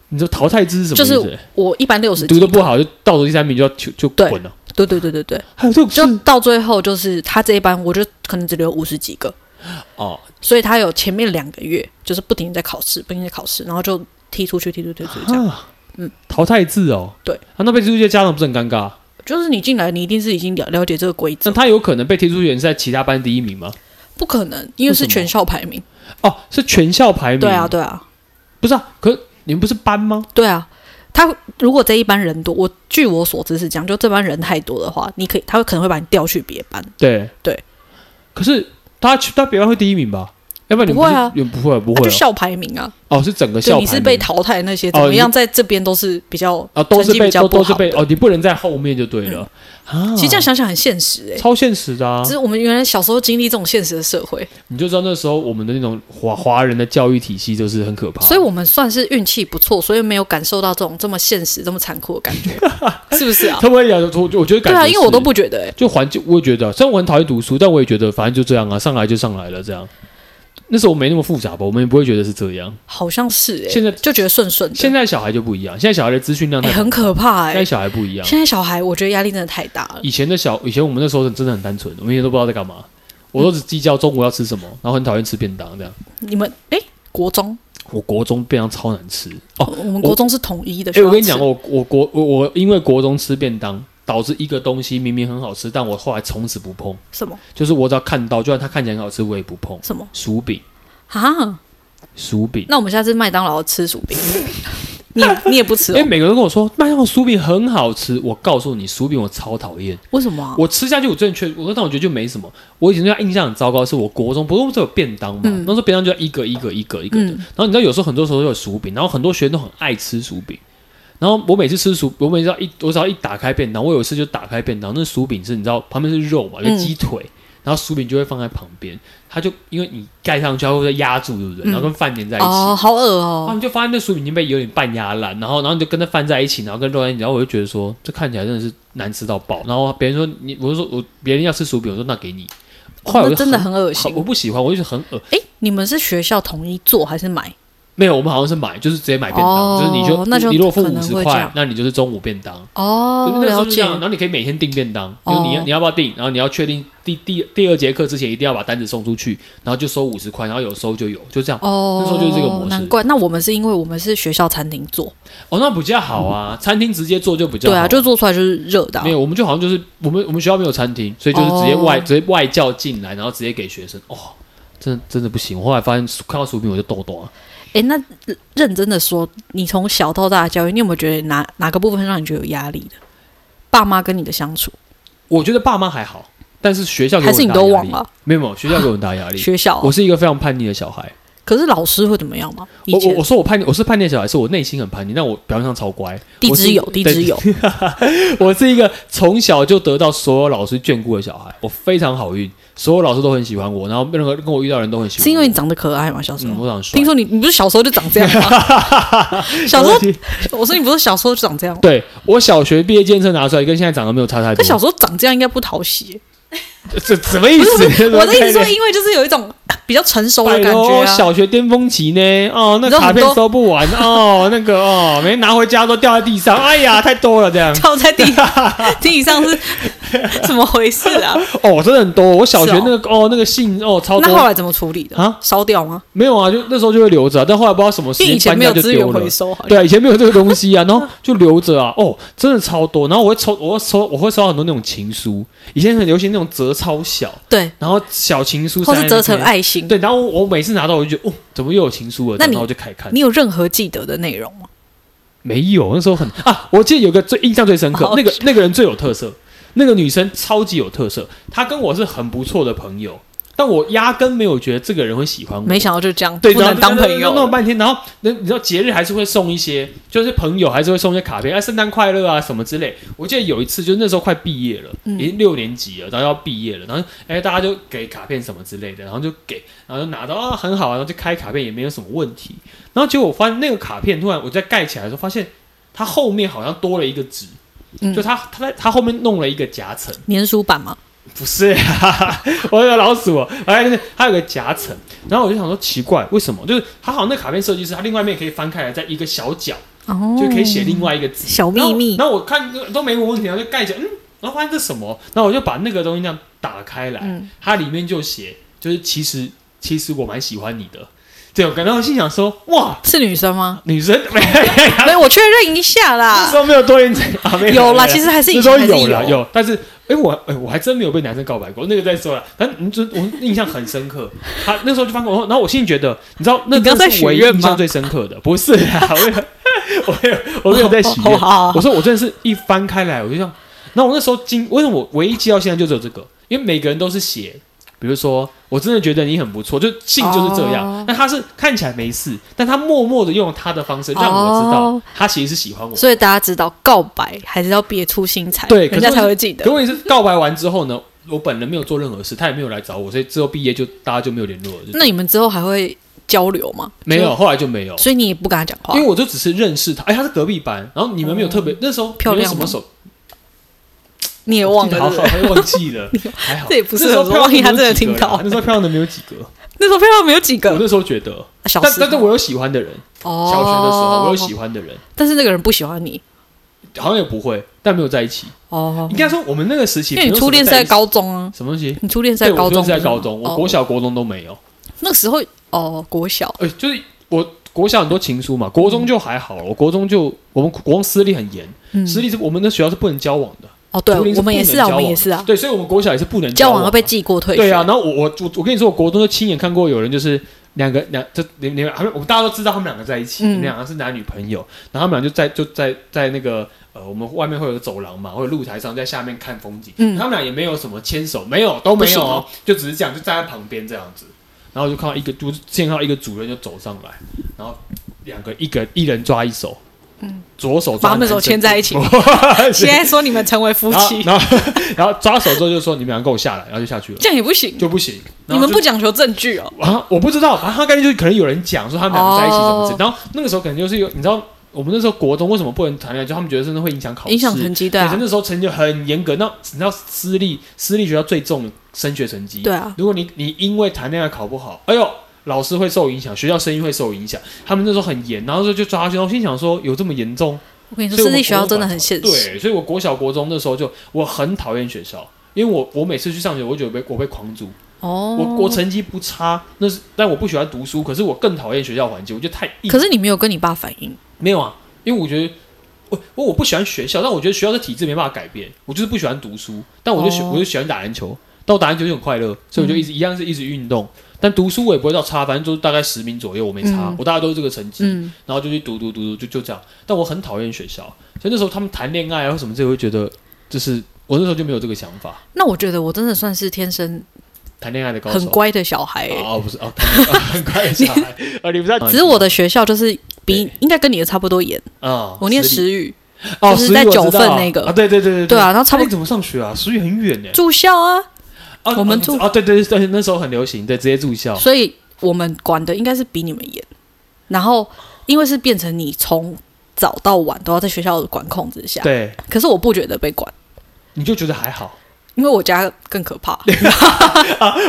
A: 你说淘汰制是什么
B: 就
A: 意思？
B: 是我一般六十
A: 读的不，好就倒数第三名就要就就
B: 对
A: 滚了。
B: 对对对对对，
A: 还有这种事
B: 就到最后就是他这一班，我就可能只留五十几个，
A: 哦，
B: 所以他有前面两个月就是不停地在考试，不停地在考试，然后就踢出去，踢出去，踢出去这样。嗯
A: 啊，淘汰制哦，
B: 对
A: 啊，那被踢出去的家长不是很尴尬？
B: 就是你进来，你一定是已经了了解这个规
A: 那
B: 则，
A: 他有可能被踢出去的人是在其他班第一名吗？
B: 不可能，因为是
A: 为什么
B: 全校排名。
A: 哦，是全校排名，
B: 对啊，，对啊，
A: 不是啊，可你们不是班吗？
B: 对啊。他如果这一班人多，我据我所知是这样，就这班人太多的话，你可以他会可能会把你调去别班。
A: 对
B: 对，
A: 可是他去他别班会第一名吧？要不然你们
B: 不会啊
A: 是也不会不
B: 啊、
A: 会
B: 就
A: 哦
B: 校排名啊，
A: 哦，是整个
B: 对，
A: 校
B: 你
A: 排
B: 是被
A: 名
B: 淘汰的那些，
A: 哦
B: 怎么
A: 你
B: 样在这边都是比较
A: 啊，都
B: 成
A: 是
B: 绩
A: 被
B: 比较
A: 都
B: 不
A: 都是
B: 好
A: 被
B: 的嗯
A: 哦，你不能在后面就对了啊。
B: 其实这样想想很现实哎、欸，
A: 超现实的啊
B: 只！是我们原来小时候经历这种现实的社会，
A: 你就知道那时候我们的那种华华人的教育体系就是很可怕，
B: 所以我们算是运气不错，所以没有感受到这种这么现实、这么残酷的感
A: *laughs*
B: 觉，是不是啊？
A: 他们会讲，我我觉得感
B: 对
A: 觉
B: 啊，因为我
A: 是
B: 都不觉得哎、
A: 就环境，我也觉得，虽然我很讨厌读书，但我也觉得反正就这样啊，上来就上来了，这样。那时候没那么复杂吧，我们也不会觉得是这样。
B: 好像是哎、
A: 现在
B: 就觉得顺顺的，
A: 现在小孩就不一样，现在小孩的资讯量
B: 哎、
A: 太、
B: 很可怕哎、
A: 现在小孩不一样。
B: 现在小孩我觉得压力真的太大了，
A: 以前的小，以前我们那时候真的很单纯，我们也都不知道在干嘛，我都只计较中午要吃什么，然后很讨厌吃便当这样。
B: 你们哎、国中
A: 我国中便当超难吃哦，
B: 我们国中是统一的，
A: 哎、
B: 学校
A: 我跟你讲，
B: 吃
A: 我我国我我因为国中吃便当，导致一个东西明明很好吃，但我后来从此不碰，
B: 什么
A: 就是我只要看到，就算它看起来很好吃，我也不碰。
B: 什么
A: 薯饼，
B: 啊？
A: 薯饼。
B: 那我们下次麦当劳吃薯饼，你也你也不吃、
A: *laughs* 因为
B: 哦，
A: 每个人跟我说麦当劳酥饼很好吃，我告诉你，酥饼我超讨厌。
B: 为什么、啊？
A: 我吃下去，我真的确，我说但我觉得就没什么。我以前对他印象很糟糕，是我国中不是不是有便当嘛，
B: 嗯
A: 那时候便当就要一个一个一个一个的。
B: 嗯
A: 然后你知道有时候很多时候都有薯饼，然后很多学生都很爱吃薯饼。然后我每次吃薯，我每次要一我只要一打开便当，我有一次就打开便当，那薯饼是你知道旁边是肉嘛，有
B: 嗯
A: 鸡腿，然后薯饼就会放在旁边，它就因为你盖上去，它会再压住，对不对？然后跟饭连在一起。
B: 嗯哦，好恶
A: 然后
B: 哦，
A: 你就发现那薯饼已经被有点半压烂，然后然后你就跟它翻在一起，然后跟肉在一起，然后我就觉得说这看起来真的是难吃到
B: 哦
A: 爆。然后别人说你，我就说我别人要吃薯饼，我说那给你。后来我就
B: 那真的很恶心
A: 好。我不喜欢，我就是很恶。
B: 哎、你们是学校统一做还是买？
A: 没有，我们好像是买，就是直接买便当，
B: 哦
A: 就是你就
B: 那就
A: 你如果付
B: 可能
A: 五
B: 会
A: 十
B: 这
A: 块
B: 样，
A: 那你就是中午便当。就是
B: 哦，
A: 那时候
B: 了
A: 就这
B: 解
A: 样，。然后你可以每天订便当，就是你要
B: 哦
A: 你要不要订，然后你要确定第第第二节课之前一定要把单子送出去，然后就收五十块，然后有收就有，就这样。
B: 哦，
A: 那时候就是这个模式
B: 难怪。那我们是因为我们是学校餐厅做，
A: 哦，那比较好啊，餐厅直接做就比较
B: 嗯对
A: 好
B: 啊，就做出来就是热的啊、
A: 没有，我们就好像就是我们我们学校没有餐厅，所以就是直接外、
B: 哦
A: 直接外教进来，然后直接给学生。哦，真的真的不行。我后来发现看到薯饼我就痘痘啊。
B: 哎、那呃认真的说，你从小到大的教育，你有没有觉得哪哪个部分让你觉得有压力的？爸妈跟你的相处，
A: 我觉得爸妈还好，但是学校给我
B: 还是
A: 很
B: 你
A: 大压
B: 都
A: 力。
B: 忘了
A: 没有没有，学校给我很大压力。
B: 学校啊、
A: 我是一个非常叛逆的小孩。
B: 可是老师会怎么样吗？以
A: 我我
B: 前
A: 我说我叛逆，我是叛逆的小孩，是我内心很叛逆，但我表面上超乖。 *laughs*
B: 地
A: 我是
B: 之友，地
A: 对
B: 之友，
A: 我是一个从小就得到所有老师眷顾的小孩，我非常好运，所有老师都很喜欢我，然后任何跟我遇到的人都很喜欢我。
B: 是因为你长得可爱吗？小时
A: 嗯，
B: 候，
A: 我长得帅
B: 听说你你不是小时候就长这样吗？
A: *laughs*
B: 小时候，我说你不是小时候就长这样吗？
A: 对我小学毕业纪念册拿出来，跟现在长得没有差太
B: 可
A: 多。
B: 小时候长这样应该不讨喜、
A: 这 *laughs* 什么意
B: 不
A: 思？
B: 是，我的意思说，因为就是有一种啊比较成熟的
A: 拜
B: 感
A: 托
B: 觉啊。
A: 小学巅峰期呢？哦，那
B: 你知道
A: 卡
B: 很
A: 片
B: 多
A: 收不完哦，那个哦，每天拿回家都掉在地上，哎呀，太多了这样。
B: *laughs* 跳在地 *laughs* 地上是怎么回事
A: *laughs*
B: 啊？
A: 哦，真的很多。我小学
B: 是哦
A: 那个哦那个信哦超
B: 那后
A: 多，
B: 来怎么处理的
A: 啊？
B: 烧掉吗？
A: 没有啊，就那时候就会留着啊，但后来不知道什么时
B: 因
A: 间
B: 为以前
A: 搬
B: 没
A: 家
B: 有
A: 就
B: 资源
A: 丢了
B: 回。收，好像
A: 对啊，以前没有这个东西啊，然
B: *laughs*
A: 后就留着啊，哦，真的超多。然后我会抽，我会抽，我会收到很多那种情书。以前很流行那种折超小，
B: 对，
A: 然后小情书
B: 或
A: 塞
B: 是
A: 在
B: 折
A: 那
B: 成
A: 边
B: 爱心。
A: 对，然后我我每次拿到我就觉得，哦，怎么又有情书了？
B: 那你
A: 然后我就开始看，
B: 你有任何记得的内容吗？
A: 没有，那时候很啊，我记得有个最印象最深刻
B: 好，
A: 那个那个人最有特色，那个女生超级有特色，她跟我是很不错的朋友，但我压根没有觉得这个人会喜欢我。
B: 没想到就这样，
A: 对，
B: 不
A: 然后
B: 能当朋
A: 弄弄
B: 友。
A: 半天，然后那你知道节日还是会送一些，就是朋友还是会送一些卡片，啊，圣诞快乐啊什么之类。我记得有一次，就是那时候快毕业了，
B: 嗯
A: 已经六年级了，然后要毕业了，然后哎大家就给卡片什么之类的，然后就给，然后就拿到啊很好啊，然后就开卡片也没有什么问题。然后结果我发现那个卡片突然我在盖起来的时候，发现它后面好像多了一个纸，
B: 嗯
A: 就它它在它后面弄了一个夹层。
B: 年书版嘛，
A: 不是、啊， *laughs* 我有老鼠、哦，哎，就是它有个夹层，然后我就想说奇怪，为什么？就是它好像那卡片设计师，它另外一面可以翻开来，在一个小角
B: 哦
A: 就可以写另外一个字。
B: 小秘密
A: 然后我看都没问题，然后就盖起来，嗯，然后发现这什么？然后我就把那个东西这样打开来，
B: 嗯
A: 它里面就写，就是其实其实我蛮喜欢你的。对，我感到我心想说，哇，
B: 是女
A: *laughs*
B: 生吗？
A: 女生没
B: 没有，我确认一下
A: 那 *laughs*
B: 啦
A: 时。候没有多元成
B: *laughs*
A: 啊，没
B: 有啦
A: 没
B: 其实还是以
A: 那
B: 前
A: 时候
B: 还是
A: 有啦，
B: 有
A: 有，但是哎，我哎我还真没有被男生告白过，那个再说了。但你就我印象很深刻，他那时候就翻过我，然后我心里觉得，你知道那
B: 你刚
A: 真的
B: 在
A: 是
B: 许
A: 唯一
B: 愿
A: 印象
B: 吗
A: 最深刻的，不是啦，我没有，我没有，我没有在许
B: 哦 *laughs*
A: 愿。
B: 好好
A: 我说我真的是一翻开来，我就像，然后我那时候经，为什么我唯一记到现在就只有这个？因为每个人都是写，比如说我真的觉得你很不错，就信就是这样
B: 哦。
A: 那、他是看起来没事，但他默默的用他的方式让我知道
B: 哦
A: 他其实是喜欢我。
B: 所以大家知道，告白还是要别出心裁，
A: 对可
B: 人
A: 是
B: 家才会记
A: 可
B: 得。
A: 问题是，告白完之后呢，我本人没有做任何事，他也没有来找我，所以之后毕业就大家就没有联络了，就
B: 那你们之后还会交流吗？
A: 没有，，啊后来就没有，
B: 所以你也不跟他讲话
A: 因为。我就只是认识他，哎，他是隔壁班，然后你们没有特别、那时候没有
B: 哦漂亮
A: 什么
B: 吗
A: 手，
B: 你也忘了，
A: 好好
B: 对不对
A: 还忘记
B: *laughs*
A: 了，还好，
B: 这也不是
A: 那时候
B: 很
A: 漂亮
B: 容易
A: 的
B: 他
A: 没有
B: 真的
A: 几个
B: 听到
A: 啦那时候漂亮的没有几个，
B: 那时候票上没有几
A: 我
B: 个
A: 那时候觉得，
B: 小
A: 但
B: 时候
A: 但是我有喜欢的人，
B: 哦，
A: 小学的时候我有喜欢的人，
B: 但是那个人不喜欢你
A: 好像也不会，但没有在一起。
B: 哦
A: 应，该说我们那个时期
B: 因
A: 没
B: 为
A: 有什
B: 你
A: 么在一起，
B: 初恋是在高中啊，
A: 什么东西？
B: 你初恋是
A: 对
B: 在
A: 我
B: 高
A: 就
B: 中，
A: 是在高中，我
B: 哦
A: 国小、国中都没有。
B: 那个时候哦，国小
A: 呃，就是我国小很多情书嘛，国中就还好，我国中就我们国中私立很严，
B: 嗯
A: 私立是我们的学校是不能交往的，
B: 哦，对
A: 竹林，
B: 我们也
A: 不
B: 是
A: 能
B: 啊，
A: 交
B: 我
A: 往
B: 们也是啊，
A: 对，所以我们国小也是不能啊
B: 交
A: 往
B: 往
A: 的
B: 要被记过退学，
A: 对啊，然后我我我我跟你说，我国中就亲眼看过有人就是两个两就你你们他们我们大家都知道他们两个在一起，
B: 嗯
A: 你们两个是男女朋友，然后他们俩就在就在在那个呃我们外面会有个走廊嘛，或者露台上在下面看风景，
B: 嗯
A: 他们俩也没有什么牵手，没有都没
B: 不
A: 有
B: 行
A: 哦
B: 哦，
A: 就只是这样就站在旁边这样子，然后我就看到一个就见到一个主人就走上来，然后两个一个一人抓一手，嗯，左手
B: 把
A: 抓
B: 他们
A: 男
B: 手
A: 生
B: 牵在
A: *laughs*
B: 一起。
A: 是
B: *laughs* 现在说你们成为夫
A: 然后
B: 妻，
A: 然后然后抓手之后就说你们俩给我下来，然后就下去了，
B: 这样也不行。
A: 就不行，
B: 你
A: 然后
B: 们
A: 就
B: 不讲求证据哦。
A: 啊，我不知道，反正他概念就是可能有人讲说他们两个在一起什么之类
B: 哦
A: 然后那个时候可能就是有，你知道我们那时候国中为什么不能谈恋爱，就他们觉得真的会影响考试，
B: 影响成绩
A: 对，
B: 对
A: 所以
B: 啊，
A: 那时候成绩很严格。那你知道私立私立学校最重升学成绩，
B: 对啊，
A: 如果你你因为谈恋爱考不好，哎呦，老师会受影响，学校声誉会受影响。他们那时候很严，然后就就抓去，我心想说有这么严重？
B: 我跟你说，
A: 所以我
B: 私
A: 们
B: 立学校真的很现实。
A: 对，所以我国小国中那时候就我很讨厌学校。因为我我每次去上学，我就被我被狂逐，
B: 哦，
A: 我我成绩不差，那是但我不喜欢读书，可是我更讨厌学校环境，我觉得太硬。
B: 可是你没有跟你爸反映，
A: 没有啊，因为我觉得我我我不喜欢学校，但我觉得学校的体制没办法改变，我就是不喜欢读书，但我就喜、
B: 哦嗯
A: 我就喜欢打篮球，但我打篮球就很快乐，所以我就一直、一样是一直运动，但读书我也不会到差，反正就是大概十名左右，我没差，
B: 嗯
A: 我大概都是这个成绩，
B: 嗯，
A: 然后就去读读读读就就这样，但我很讨厌学校，所以那时候他们谈恋爱啊或什么之类，我会觉得就是我那时候就没有这个想法，
B: 那我觉得我真的算是天生
A: 谈恋爱的高手
B: 很乖的小孩、欸，
A: 哦，不是哦，谈恋爱很乖的小孩，哦，你不知道，
B: 只是我的学校就是比
A: 对
B: 应该跟你的差不多严，
A: 啊，
B: 我念
A: 私立
B: 时语，
A: 哦，
B: 就是
A: 十
B: 在
A: 一我知
B: 九
A: 道
B: 份那个
A: 啊，对对对对
B: 对啊，然后差不
A: 那你
B: 多
A: 怎么上学啊？十一很远呢。
B: 住校啊，
A: 啊，
B: 我们
A: 住
B: 住
A: 啊，对对对对，那时候很流行，对，直接住校。
B: 所以我们管的应该是比你们严。然后因为是变成你从早到晚都要在学校的管控之下，
A: 对，
B: 可是我不觉得被管，
A: 你就觉得还
B: *laughs*
A: 好。
B: 因为我家更可怕，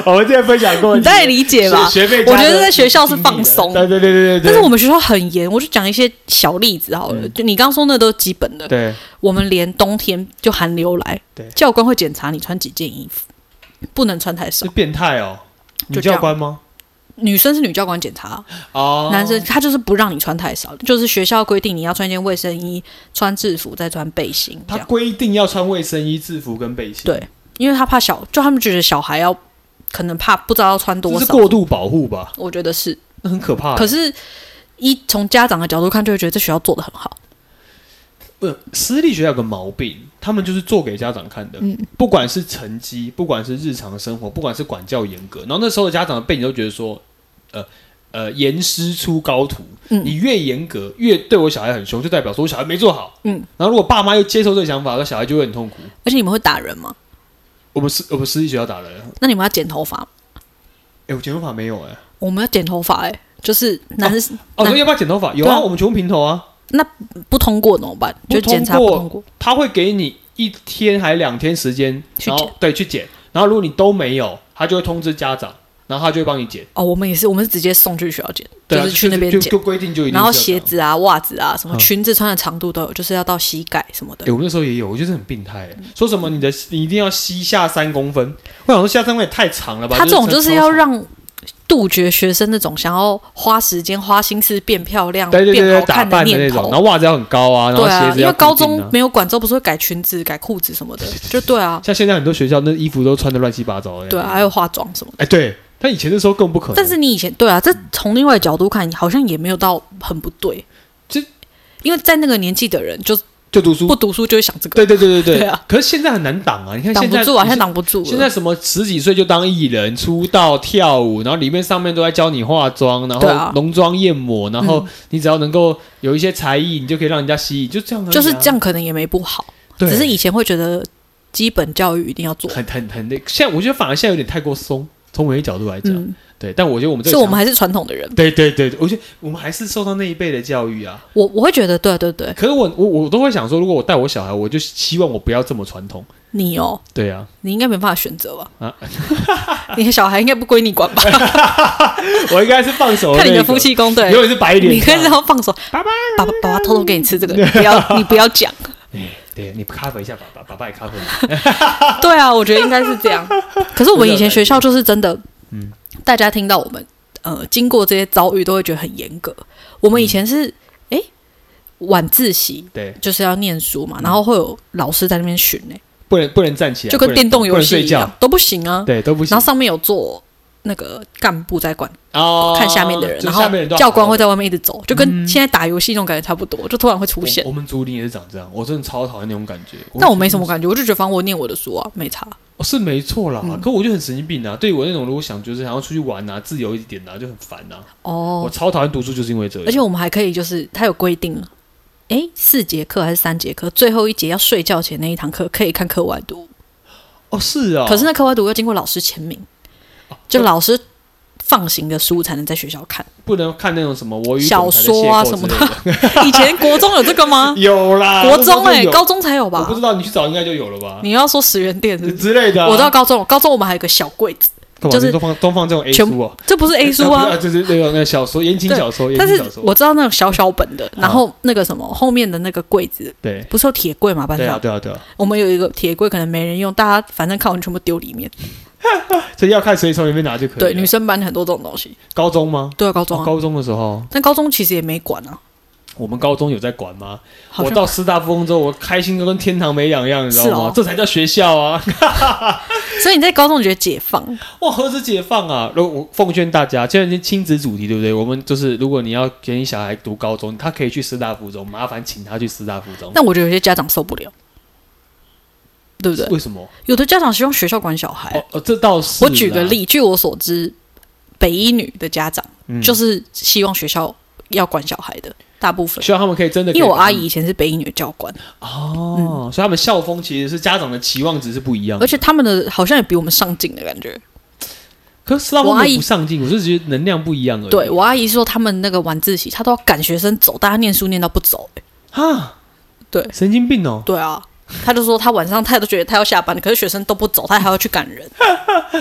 A: 我们之前分享过，
B: 你大以理解吧？
A: 学学费，
B: 我觉得在学校是放松
A: 对对对对对对。
B: 但是我们学校很严，我就讲一些小例子好了。
A: 嗯
B: 就你刚说那都是基本的，
A: 对
B: 我们连冬天就寒流来
A: 对，
B: 教官会检查你穿几件衣服，不能穿太少
A: 是。变态哦，女
B: 就这样
A: 教官吗？
B: 女生是女教官检查，
A: 哦，
B: 男生他就是不让你穿太少，就是学校规定你要穿一件卫生衣，穿制服，再穿背心这
A: 他
B: 样。
A: 规定要穿卫生衣、制服跟背心，
B: 对，因为他怕小，就他们觉得小孩要可能怕不知道要穿
A: 这
B: 多
A: 是
B: 少，
A: 过度啊保护吧？
B: 我觉得是。
A: 那很可怕。
B: 可是，一从家长的角度看，就会觉得这学校做的很好。
A: 不，私立学校有个毛病，他们就是做给家长看的，
B: 嗯
A: 不管是成绩，不管是日常生活，不管是管教严格，然后那时候的家长的背景都觉得说，呃呃，严师出高徒，
B: 嗯
A: 你越严格越对我小孩很凶，就代表说我小孩没做好，
B: 嗯，
A: 然后如果爸妈又接受这个想法，那小孩就会很痛苦。
B: 而且你们会打人吗？
A: 我们私我们私立学校打人，
B: 那你们要剪头发吗？
A: 哎，我剪头发没有哎、
B: 我们要剪头发哎、就是男生、
A: 哦，
B: 那
A: 所以要不要剪头发？有
B: 对
A: 啊，
B: 啊
A: 我们全部平头啊，
B: 不通过怎么办？
A: 不
B: 就
A: 通过
B: 检查不通过，
A: 他会给你一天还两天时间，
B: 去
A: 然后
B: 剪
A: 对去剪，然后如果你都没有，他就会通知家长，然后他就会帮你剪。
B: 哦，我们也是，我们是直接送去学校剪，
A: 对啊
B: 是去那边
A: 就
B: 剪，
A: 就规定就一定是要这样。
B: 然后鞋子啊、袜子啊、什么
A: 嗯
B: 裙子穿的长度都有，就是要到膝盖什么的
A: 诶，。我们那时候也有，我觉得很病态欸，说什么你的你一定要膝下三公分，我想说下三公分也太长了吧？
B: 他这种就是
A: 超
B: 要
A: 长
B: 让杜绝学生那种想要花时间、花心思变漂亮、
A: 对对对
B: 变
A: 对
B: 好
A: 打
B: 看
A: 扮的那
B: 念
A: 种，
B: 头
A: 然。后袜子要很高啊，然后
B: 对
A: 鞋
B: 啊，
A: 子
B: 因
A: 要
B: 为
A: 固定啊
B: 高中没有管之后，不是会改裙子、改裤子什么的，就对啊，
A: 像现在很多学校那衣服都穿的乱七八糟的。
B: 对啊，还有化妆什么的。
A: 哎对，但以前的时候更不可能。
B: 但是你以前对啊，这从另外角度看，好像也没有到很不对，
A: 这
B: 因为在那个年纪的人，就
A: 就读书
B: 不，读书就会想这个，
A: 对对对对
B: 对啊。
A: 可是现在很难挡啊，你看
B: 挡
A: 现
B: 不
A: 在
B: 住啊，
A: 你
B: 现在
A: 是
B: 挡不住了。
A: 现在什么十几岁就当艺人出道跳舞，然后里面上面都在教你化妆，然
B: 对啊嗯
A: 后浓妆艳抹，然后你只要能够有一些才艺，你就可以让人家吸引，就这样、啊，
B: 就是这，样，可能也没不好，
A: 对，
B: 只是以前会觉得基本教育一定要做。
A: 很很很那，现在我觉得反而现在有点太过松，从某一角度来讲，
B: 嗯，
A: 对，但我觉得我们这
B: 是
A: 个
B: 我
A: 想
B: 们还是传统的人，
A: 对对对，我觉得我们还是受到那一辈的教育啊。
B: 我我会觉得，对对对，
A: 可是我我我都会想说，如果我带我小孩，我就希望我不要这么传统。
B: 你哦，
A: 对啊，
B: 你应该没办法选择吧？
A: 啊
B: *laughs* 你的小孩应该不归你管吧？
A: 我应该是放哦手、那
B: 看你的
A: 个
B: 夫，妻宫，
A: 永
B: 对，
A: 远是白脸。
B: 你应该是要放手。
A: 爸爸
B: 爸爸，爸爸偷偷给你吃这个，你
A: *laughs*
B: 不要，你不要讲。
A: 哎对你 cover 一下爸爸，爸爸也 cover 你。
B: 对啊，我觉得应该是
A: *laughs*
B: 这样。可是我们以前学校就是真的，
A: 嗯
B: 大家听到我们呃经过这些遭遇，都会觉得很严格。我们以前是诶晚自习
A: 对，
B: 就是要念书嘛，然后会有老师在那边巡诶，欸
A: 嗯不能不能站起来，
B: 就跟电动游
A: 不能
B: 戏
A: 睡
B: 一
A: 觉
B: 样，，都不行啊。
A: 对，都不行
B: 然后。上面有做那个干部在管，
A: 哦，
B: 看下面的人，
A: 就是
B: 然
A: 下
B: 后
A: 面人都好嗯
B: 教官会在外面一直走，就跟现在打游戏那种感觉差不多，就突然会出现
A: 我。我们竹林也是长这样，我真的超讨厌那种感觉。
B: 但我没什么感觉，我就觉得反正我念我的书啊，没差。
A: 哦，是没错啦，
B: 嗯
A: 可我就很神经病啊！对于我那种如果想就是想要出去玩啊，自由一点啊，就很烦啊。我
B: 哦，
A: 超讨厌读书，就是因为这样。
B: 而且我们还可以就是它有规定，诶，四节课还是三节课，最后一节要睡觉前那一堂课可以看课外读，
A: 哦，是啊，
B: 可是那课外读要经过老师签名，就老师放行的书才能在学校看。
A: 不能看那种什么我与
B: 小说啊什么的
A: 的。？
B: 以前国中有这个吗
A: *laughs* 有啦，
B: *laughs* 国中
A: 哎、
B: 哎、高中才有
A: 我
B: 吧
A: 不？知道，你去找应该就有了吧？
B: 你要说十元店是不是
A: 之类的啊、
B: 我
A: *laughs*
B: 到高中，高中我们还有个小柜子，
A: 干嘛
B: 就是
A: 你都放都放这种 A
B: 全
A: 书 *laughs* 啊
B: 这不是 A 书
A: 不是
B: 啊，
A: 就是那个那个小说，言情
B: 对
A: 小说，言
B: 但
A: 情
B: 是
A: 小说。
B: 我知道那种小小本的，
A: 啊
B: 然后那个什么后面的那个柜子
A: 对
B: 不是有铁柜嘛？班
A: 对啊
B: 上
A: 对啊对啊，
B: 我们有一个铁柜，可能没人用，大家反正看完全部丢里面。
A: 所以要看谁从里面拿就可以了。
B: 对，女生班很多这种东西，
A: 高中吗？
B: 对啊，高中
A: 哦、
B: 啊，
A: 高中的时候，
B: 但高中其实也没管啊，
A: 我们高中有在管吗？
B: 好
A: 我
B: 像
A: 到师大附中之后，我开心的跟天堂没两样，你知
B: 是
A: 道吗？
B: 哦
A: 这才叫学校啊！ *laughs*
B: 所以你在高中你觉得解放
A: 哇，何止解放啊！如果我奉劝大家，既然是亲子主题，对不对？我们就是，如果你要给你小孩读高中，他可以去师大附中，麻烦请他去师大附中。
B: 但我觉得有些家长受不了，对不对？
A: 为什么？
B: 有的家长希望学校管小孩，啊
A: 哦，哦这倒是。
B: 哎我举个，例，据我所知，北一女的家长
A: 嗯
B: 就是希望学校要管小孩的，大部分。
A: 希望他们可以真的可以，
B: 因为我阿姨以前是北一女的教官，
A: 哦，所以他们校风其实是家长的期望值是不一样的。
B: 而且他们的好像也比我们上进的感觉。
A: 可是师大附
B: 我阿
A: 中
B: 姨
A: 不上进，我是觉得能量不一样而已。
B: 对我阿姨说，他们那个晚自习，她都要赶学生走，大家念书念到不走、欸
A: 哈，
B: 对
A: 神经病哦！
B: 对啊，她就说她晚上她都觉得她要下班，可是学生都不走，她还要去赶
A: *laughs*
B: 人。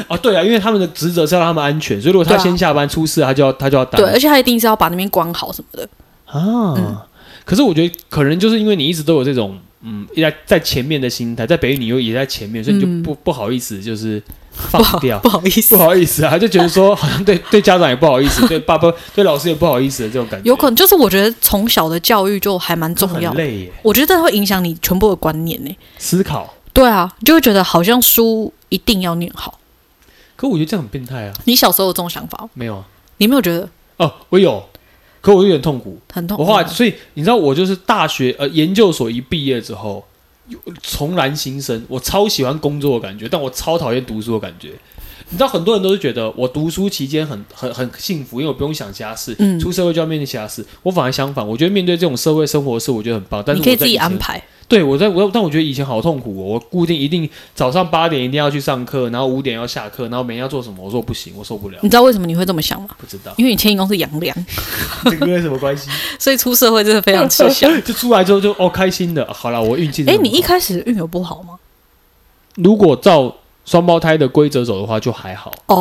A: 哦，对啊，因为他们的职责是要让他们安全，所以如果他
B: 对啊
A: 先下班出事，他就要他就要打。
B: 对，而嗯且她一定是要把那边关好什么的。
A: 啊。可是我觉得，可能就是因为你一直都有这种，嗯，在在前面的心态，在北语你又也在前面，所以你就
B: 嗯
A: 不、不好意思，就是
B: 不
A: 放
B: 好
A: 掉，
B: 不好意思
A: 不，好意思啊，就觉得说好像对 *laughs* 对家长也不好意思，对爸爸对老师也不好意思的这种感觉，
B: 有可能就是我觉得从小的教育就还蛮重要
A: 很
B: 的，
A: 累耶，
B: 我觉得会影响你全部的观念呢、欸
A: 思考。
B: 对啊，你就会觉得好像书一定要念好。
A: 可我觉得这样很变态啊，
B: 你小时候有这种想法吗，
A: 没有啊？
B: 你没有觉得
A: 哦，我有，可我有点痛苦。
B: 很痛？嗯
A: 我后来，所以你知道，我就是大学呃研究所一毕业之后，又重燃新生。我超喜欢工作的感觉，但我超讨厌读书的感觉。你知道，很多人都是觉得我读书期间很很很幸福，因为我不用想其他事，
B: 嗯
A: 出社会就要面对其他事。我反而相反，我觉得面对这种社会生活的事，我觉得很棒。但是
B: 你可以
A: 我在
B: 自己
A: 以前
B: 安。排。
A: 对我在我，但我觉得以前好痛苦、哦。我固定一定早上八点一定要去上课，然后五点要下课，然后每天要做什么？我说不行，我受不了
B: 你，知道为什么你会这么想吗？
A: 不知
B: *laughs*
A: 道
B: 因为你迁移宫是阳梁，
A: 这跟什么关系？
B: 所以出社会真的非常吃
A: *laughs*
B: 香。
A: 就出来之后就哦开心的，啊好了，我运气是
B: 哎、
A: 很好。
B: 你一开始运有不好吗？
A: 如果照双胞胎的规则走的话，就还好。
B: 哦，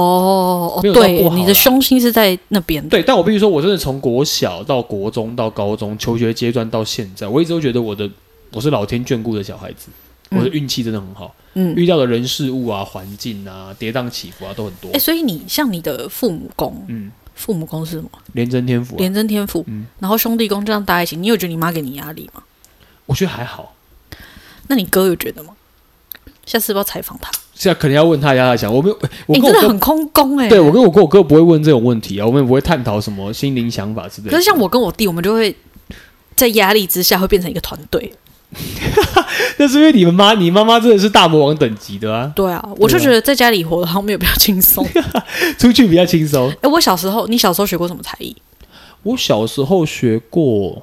B: 哦
A: 没有到
B: 对
A: 不，好啦
B: 你的凶心是在那边。
A: 对，但我必须说，我真的从国小到国中到高中求学阶段到现在，我一直都觉得我的我是老天眷顾的小孩子，我的运气真的很好，
B: 嗯，
A: 遇到的人事物啊、环境啊、跌宕起伏啊都很多
B: 哎、。所以你像你的父母宫，
A: 嗯，
B: 父母宫是什么？
A: 连真天赋、啊，
B: 廉贞天赋，
A: 嗯
B: 然后兄弟宫这样搭在一起，你有觉得你妈给你压力吗？
A: 我觉得还好。
B: 那你哥有觉得吗？下次要不要采访他？
A: 现在可能要问他一下，他想我没有，我
B: 哎你
A: 跟我
B: 真的
A: 哥，
B: 很空宫哎、
A: 对我跟我跟我哥不会问这种问题啊，我们也不会探讨什么心灵想法之类的。
B: 可是像我跟我弟，我们就会在压力之下会变成一个团队。
A: *laughs* 那是因为你们妈，你妈妈真的是大魔王等级的啊，
B: 对啊，我就觉得在家里活的好像没有比较轻
A: *laughs*
B: 松。哎、
A: 出去比较轻松。
B: 我小时候，你小时候学过什么才艺？
A: 我小时候学过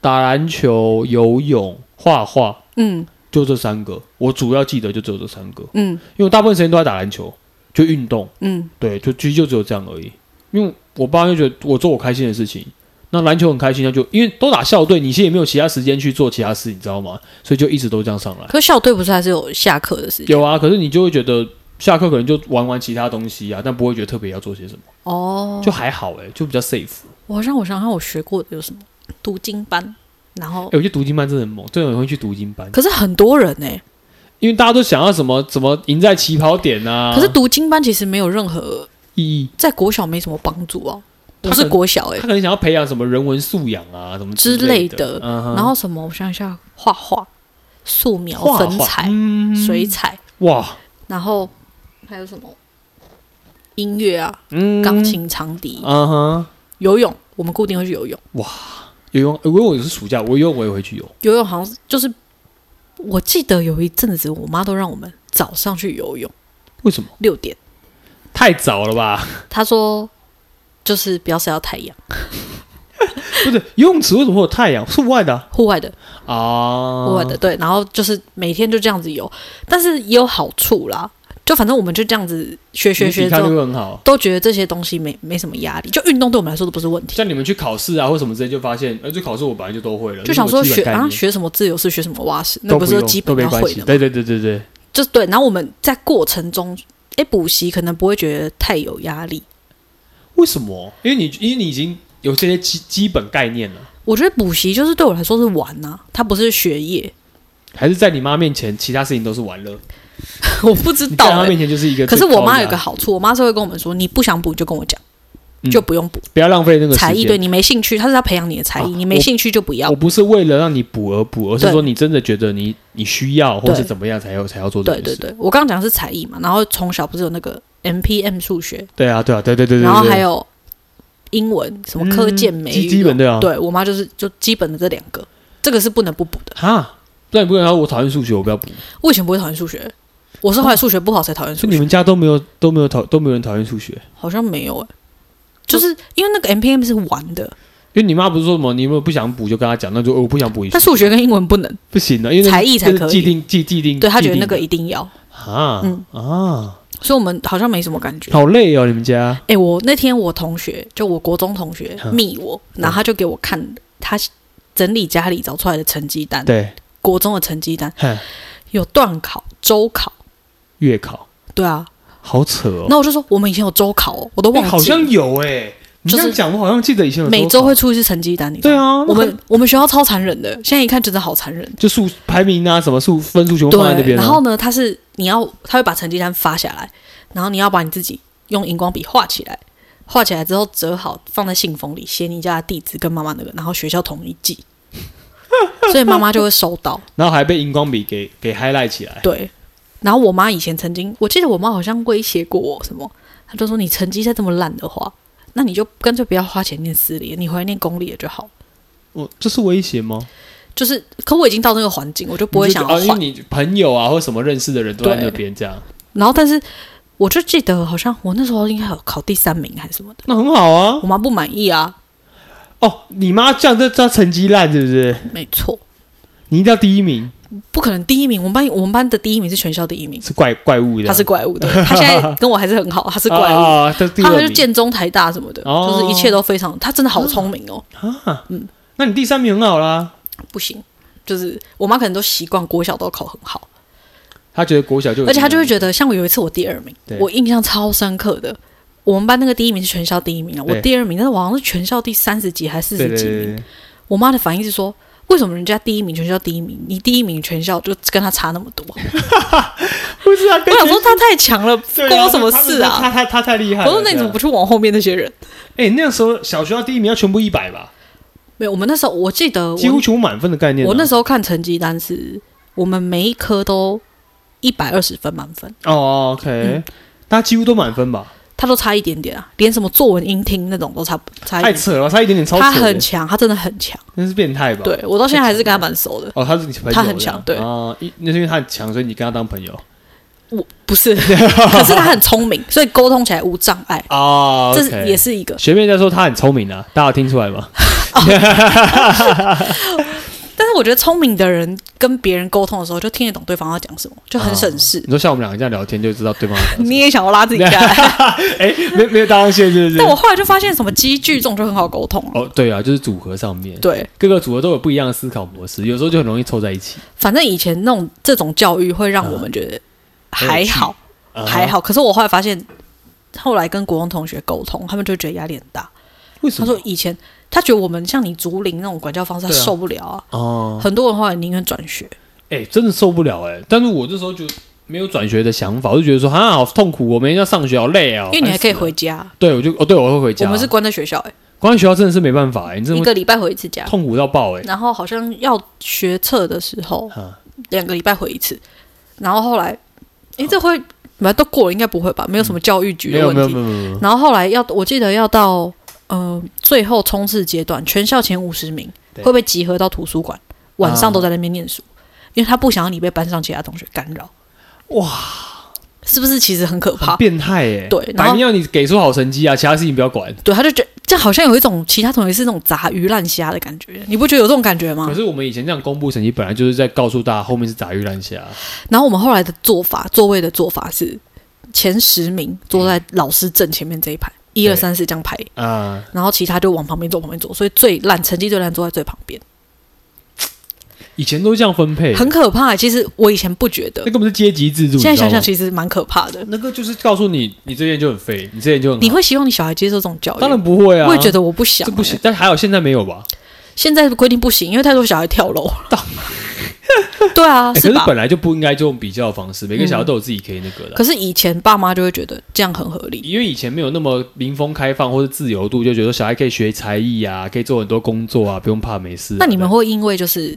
A: 打篮球、游泳、画画，
B: 嗯
A: 就这三个。我主要记得就只有这三个，
B: 嗯
A: 因为我大部分时间都在打篮球，就运动，
B: 嗯，
A: 对，就其实就只有这样而已。因为我爸就觉得我做我开心的事情，那篮球很开心，那就因为都打校队，你其实也没有其他时间去做其他事，你知道吗？所以就一直都这样上来。
B: 可是校队不是还是有下课的时间？
A: 有啊，可是你就会觉得下课可能就玩玩其他东西啊，但不会觉得特别要做些什么，
B: 哦，
A: 就还好诶、欸就比较 safe。
B: 我让我想想，我学过的有什么？读经班，然后
A: 哎、我觉得读经班真的很猛，这种人会去读经班。
B: 可是很多人哎、
A: 因为大家都想要什么怎么赢在起跑点啊，
B: 可是读经班其实没有任何
A: 意义，
B: 在国小没什么帮助啊。
A: 他
B: 我是
A: 可能
B: 国小哎、
A: 他可能想要培养什么人文素养啊，什么
B: 之
A: 类
B: 类
A: 的
B: 的，
A: 嗯哼
B: 然后什么？我想一下，画画、素描、
A: 画
B: 粉
A: 画
B: 彩、
A: 嗯
B: 水彩，
A: 哇，
B: 然后还有什么？音乐啊、
A: 嗯，
B: 钢，琴、长笛、
A: 嗯哼，
B: 游泳，我们固定会去游泳。
A: 游泳，呃游泳也是暑假，我游泳我也会去游，
B: 游泳好像是就是，我记得有一阵子，我妈都让我们早上去游泳，
A: 为什么？
B: 六点。
A: 太早了吧？ *laughs*
B: 她说，就是不要晒到太阳，
A: 不是游泳池为什么会有太阳？是户外的啊
B: 户外的，
A: 啊，
B: 户外的，对。然后就是每天就这样子游，但是也有好处啦。就反正我们就这样子学学
A: 你
B: 学
A: 抵
B: 之
A: 抗
B: 后
A: 力，会很好。
B: 都觉得这些东西没没什么压力，就运动对我们来说都不是问题。
A: 像你们去考试啊或什么之类，就发现，呃，这考试我本来就都会了，
B: 就想说
A: 这是我基
B: 学
A: 本概
B: 啊
A: 念
B: 学什么自由式，学什么蛙式，那
A: 都
B: 不是
A: 用
B: 基
A: 都
B: 本
A: 没
B: 要
A: 关
B: 会
A: 系
B: 的吗？
A: 对对对对对，
B: 就是对。然后我们在过程中，哎，补习可能不会觉得太有压力。
A: 为什么？因为你因为你已经有这些基基本概念了，
B: 我觉得补习就是对我来说是玩呐、它不是学业， *laughs*
A: 还是在你妈面前，其他事情都是玩乐。
B: 我不知
A: 你在
B: 道
A: 她
B: 欸、
A: 面前就是一个
B: 可
A: 最
B: 是
A: 高压。啊
B: 我妈有个好处，我妈是会跟我们说，你不想补就跟我讲，
A: 嗯
B: 就不用补。
A: 不要浪费那个时
B: 才艺
A: 间
B: 对你没兴趣，她是要培养你的才
A: 啊
B: 艺，你没
A: 我
B: 兴趣就不要
A: 我。不是为了让你补而补，而是
B: 对
A: 说你真的觉得你你需要，或是
B: 对
A: 怎么样才要才要做这
B: 对
A: 件
B: 对
A: 事。
B: 对，我刚刚讲的是才艺嘛，然后从小不是有那个 M P M 数学，
A: 对啊对啊对对对对。
B: 然后
A: 对
B: 还有英文什么科建美
A: 基
B: 语，
A: 基本对啊。
B: 对我妈就是就基本的这两个，这个是不能不补的。
A: 哈，那你不能说我讨厌数学，我不要补。
B: 我以前不会讨厌数学，我是后来数学不好才讨厌
A: 哦所
B: 数
A: 以你
B: 学，
A: 们家都没有都没有讨都没有人讨厌数学，
B: 好像没有哎、就是因为那
A: 嗯
B: 个 M P M 是玩的，
A: 因为你妈不是说什么你有没有不想补就跟她讲，那就、哦我不想补一
B: 但数学跟英文不能，
A: 不行的，因为那
B: 才艺才
A: 那是
B: 可以
A: 既定既既定
B: 对她觉得
A: 既
B: 那
A: 定
B: 个
A: 的
B: 一定要，
A: 啊、
B: 嗯
A: 啊，
B: 所以我们好像没什么感觉。
A: 好累哦，你们家
B: 哎、我那天我同学就我国中同学
A: 嗯
B: 密我，然后他就给我看他整理家里找出来的成绩单，
A: 对，
B: 国中的成绩单
A: 哼，
B: 有段考、周考，
A: 月考
B: 对啊，
A: 好扯哦，
B: 那我就说我们以前有周考、哦，我都忘
A: 哎
B: 记了，
A: 好像有哎、你
B: 就
A: 这
B: 是
A: 样讲，我好像记得以前有
B: 每
A: 周
B: 周
A: 考
B: 会出一次成绩单，你知道
A: 对
B: 吗。
A: 啊，
B: 我
A: 那
B: 们
A: 很
B: 我们学校超残忍的，现在一看真的好残忍。
A: 就数排名啊，什么数分数全部放在那
B: 对，
A: 边、啊，
B: 然后呢，他是你要他会把成绩单发下来，然后你要把你自己用荧光笔画起来，画起来之后折好放在信封里，写你家的地址跟妈妈那个，然后学校统一
A: *laughs*
B: 寄，所以妈妈就会收到。
A: 然后还被荧光笔给给 highlight 起来，
B: 对，然后我妈以前曾经，我记得我妈好像威胁过我什么，她就说你成绩再这么烂的话，那你就干脆不要花钱念私立，你回来念公立的就好了。
A: 我这是威胁吗？
B: 就是，可我已经到那个环境，我就不会
A: 你就
B: 想
A: 觉
B: 要
A: 得啊，因为
B: 换。
A: 你朋友啊或什么认识的人都在那边这样，
B: 然后，但是我就记得好像我那时候应该有考第三名还是什么的，
A: 那很好啊。
B: 我妈不满意啊，
A: 哦，你妈这样这这成绩烂是不是？
B: 没错，
A: 你一定要第一名，
B: 不可能第一名。我们班我们班的第一名是全校第一名，
A: 是怪怪物的。
B: 她是怪物的，她现在跟我还是很好，她是怪
A: 啊
B: 物。
A: 啊，啊她是第
B: 她
A: 二
B: 就
A: 名
B: 建中、台大什么的，
A: 哦
B: 就是一切都非常，她真的好聪明哦。
A: 啊。那你第三名很好啦。
B: 不行，就是我妈可能都习惯国小都考很好，
A: 她觉得国小就有，
B: 而且她就会觉得，像我有一次我第二名
A: 对，
B: 我印象超深刻的。我们班那个第一名是全校第一名啊，我
A: 对
B: 第二名，但是我好像是全校第三十几还是四
A: 对对
B: 十几名。
A: 对对，对
B: 我妈的反应是说，为什么人家第一名全校第一名，你第一名全校就跟他差那么多？
A: 不是啊，
B: *laughs* 我
A: 跟
B: 想说他太强了，
A: 对啊
B: 关我什么事啊？
A: 他他他太厉害
B: 我
A: 了。
B: 说那你怎么不
A: 这样
B: 去往后面那些人？
A: 哎，那时候小学校第一名要全部一百吧，
B: 没有，我们那时候我记得我
A: 几乎全部满分的概念啊。
B: 我那时候看成绩单是，我们每一科都一百二十分满分，
A: 哦，OK，大家
B: 嗯
A: 几乎都满分吧？
B: 他都差一点点啊，连什么作文、音听那种都差不差一
A: 太
B: 点点。
A: 扯了，差一点点超
B: 哎他
A: 扯
B: 很
A: 的，
B: 强，他真的很强。
A: 那是变态吧？
B: 对啊我到现在还是跟他蛮熟的。
A: 哦，他是你朋友，
B: 他很强对
A: 啊，一那是因为他很强，所以你跟他当朋友
B: 我不 *laughs* 是，可是他很聪明，所以沟通起来无障 *laughs* 碍。
A: 啊
B: 这是也是一个，
A: 学妹在说他很聪明啊，大家有听出来
B: *laughs*
A: 吗？
B: 但是我觉得聪明的人跟别人沟通的时候，就听得懂对方要讲什么，就很省事。
A: 你说像我们两个这样聊天，就知道对方在聊
B: *laughs*
A: 什么
B: 你也想要拉自己下来，
A: 哎，没没有搭上线是不是
B: 但？我后来就发现，什么积聚这种就很好沟通了。
A: 哦，对啊，就是组合上面，
B: 对，
A: 各个组合都有不一样的思考模式，有时候就很容易凑在一起。
B: 反正以前那种这种教育会让我们觉得还好，
A: 啊
B: 还好。可是我后来发现，后来跟国中同学沟通，他们就觉得压力很大。
A: 为什
B: 他
A: 么？
B: 说以前他觉得我们像你竹林那种管教方式，他
A: 对啊
B: 受不了啊。
A: 哦，
B: 很多人后来宁愿转学，
A: 哎、真的受不了哎、但是我这时候就没有转学的想法，我就觉得说啊，好痛苦，我每天要上学，好累哦。
B: 因为你还可以
A: 烦死了，
B: 回家。
A: 对，我就哦，对，我会回家。
B: 我们是关在学校、欸，
A: 关于学校真的是没办法哎、你真
B: 一
A: 的
B: 个礼拜回一次家
A: 会，痛苦到爆哎、
B: 然后好像要学测的时候
A: 啊，
B: 两个礼拜回一次，然后后来，哎、这会反正都过了，应该不会吧？没有什么教育局
A: 没
B: 的
A: 有
B: 问
A: 没有
B: 题
A: 没。有没有，
B: 然后后来要，我记得要到呃最后冲刺阶段，全校前五十名
A: 对嗯
B: 会被集合到图书馆，晚上都在那边念书，因为他不想要你被班上其他同学干扰。
A: 哇，
B: 是不是其实很可怕
A: 很？变态耶！
B: 对然
A: 反
B: 后嗯
A: 正要你给出好成绩啊，其他事情不要管。
B: 对，他就觉得这好像有一种其他同学是那种杂鱼烂虾的感觉，你不觉得有这种感觉吗
A: 可？是我们以前这样公布成绩，本来就是在告诉大家后面是杂鱼烂虾，
B: 然后我们后来的做法，座位的做法是前十名坐在老师正前面这一排，一二三四这样排，
A: 啊、
B: 然后其他就往旁边坐，旁边坐，所以最烂成绩最烂坐在最旁边，
A: 以前都这样分配，
B: 很可怕欸、其实我以前不觉得
A: 那，根本是阶级制度。
B: 现在
A: 你知道
B: 想
A: 吗嗯
B: 想其实蛮可怕的。
A: 那个就是告诉你，你这边就很废，你这边就很好
B: 你会希望你小孩接受这种教育？
A: 当然不会啊，
B: 我也觉得我不想、
A: 这不行
B: 欸。，
A: 但还好现在没有吧？
B: 现在规定不行，因为太多小孩跳楼。 *laughs* 对啊，
A: 哎
B: 是
A: 可
B: 吧
A: 是？本来就不应该就用比较的方式，每个小孩都有自己可以那个的啊。
B: 可是以前爸妈就会觉得这样很合理，
A: 因为以前没有那么民风开放或者自由度，就觉得小孩可以学才艺啊，可以做很多工作啊，不用怕没事啊、
B: 那你们会因为就是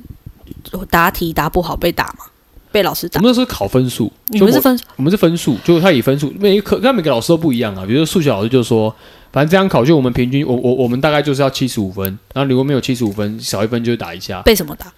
B: 答题答不好被打吗？被老师
A: 我
B: 打？
A: 们那时候考分数，
B: 你
A: 嗯
B: 们
A: 就是我
B: 分
A: 我们是分数，就是他以分数，每一科但每个老师都不一样啊。比如说数学老师就说，反正这样考就我们平均，我我我们大概就是要七十五分，然后如果没有七十五分，少一分就打一下，
B: 被什么打？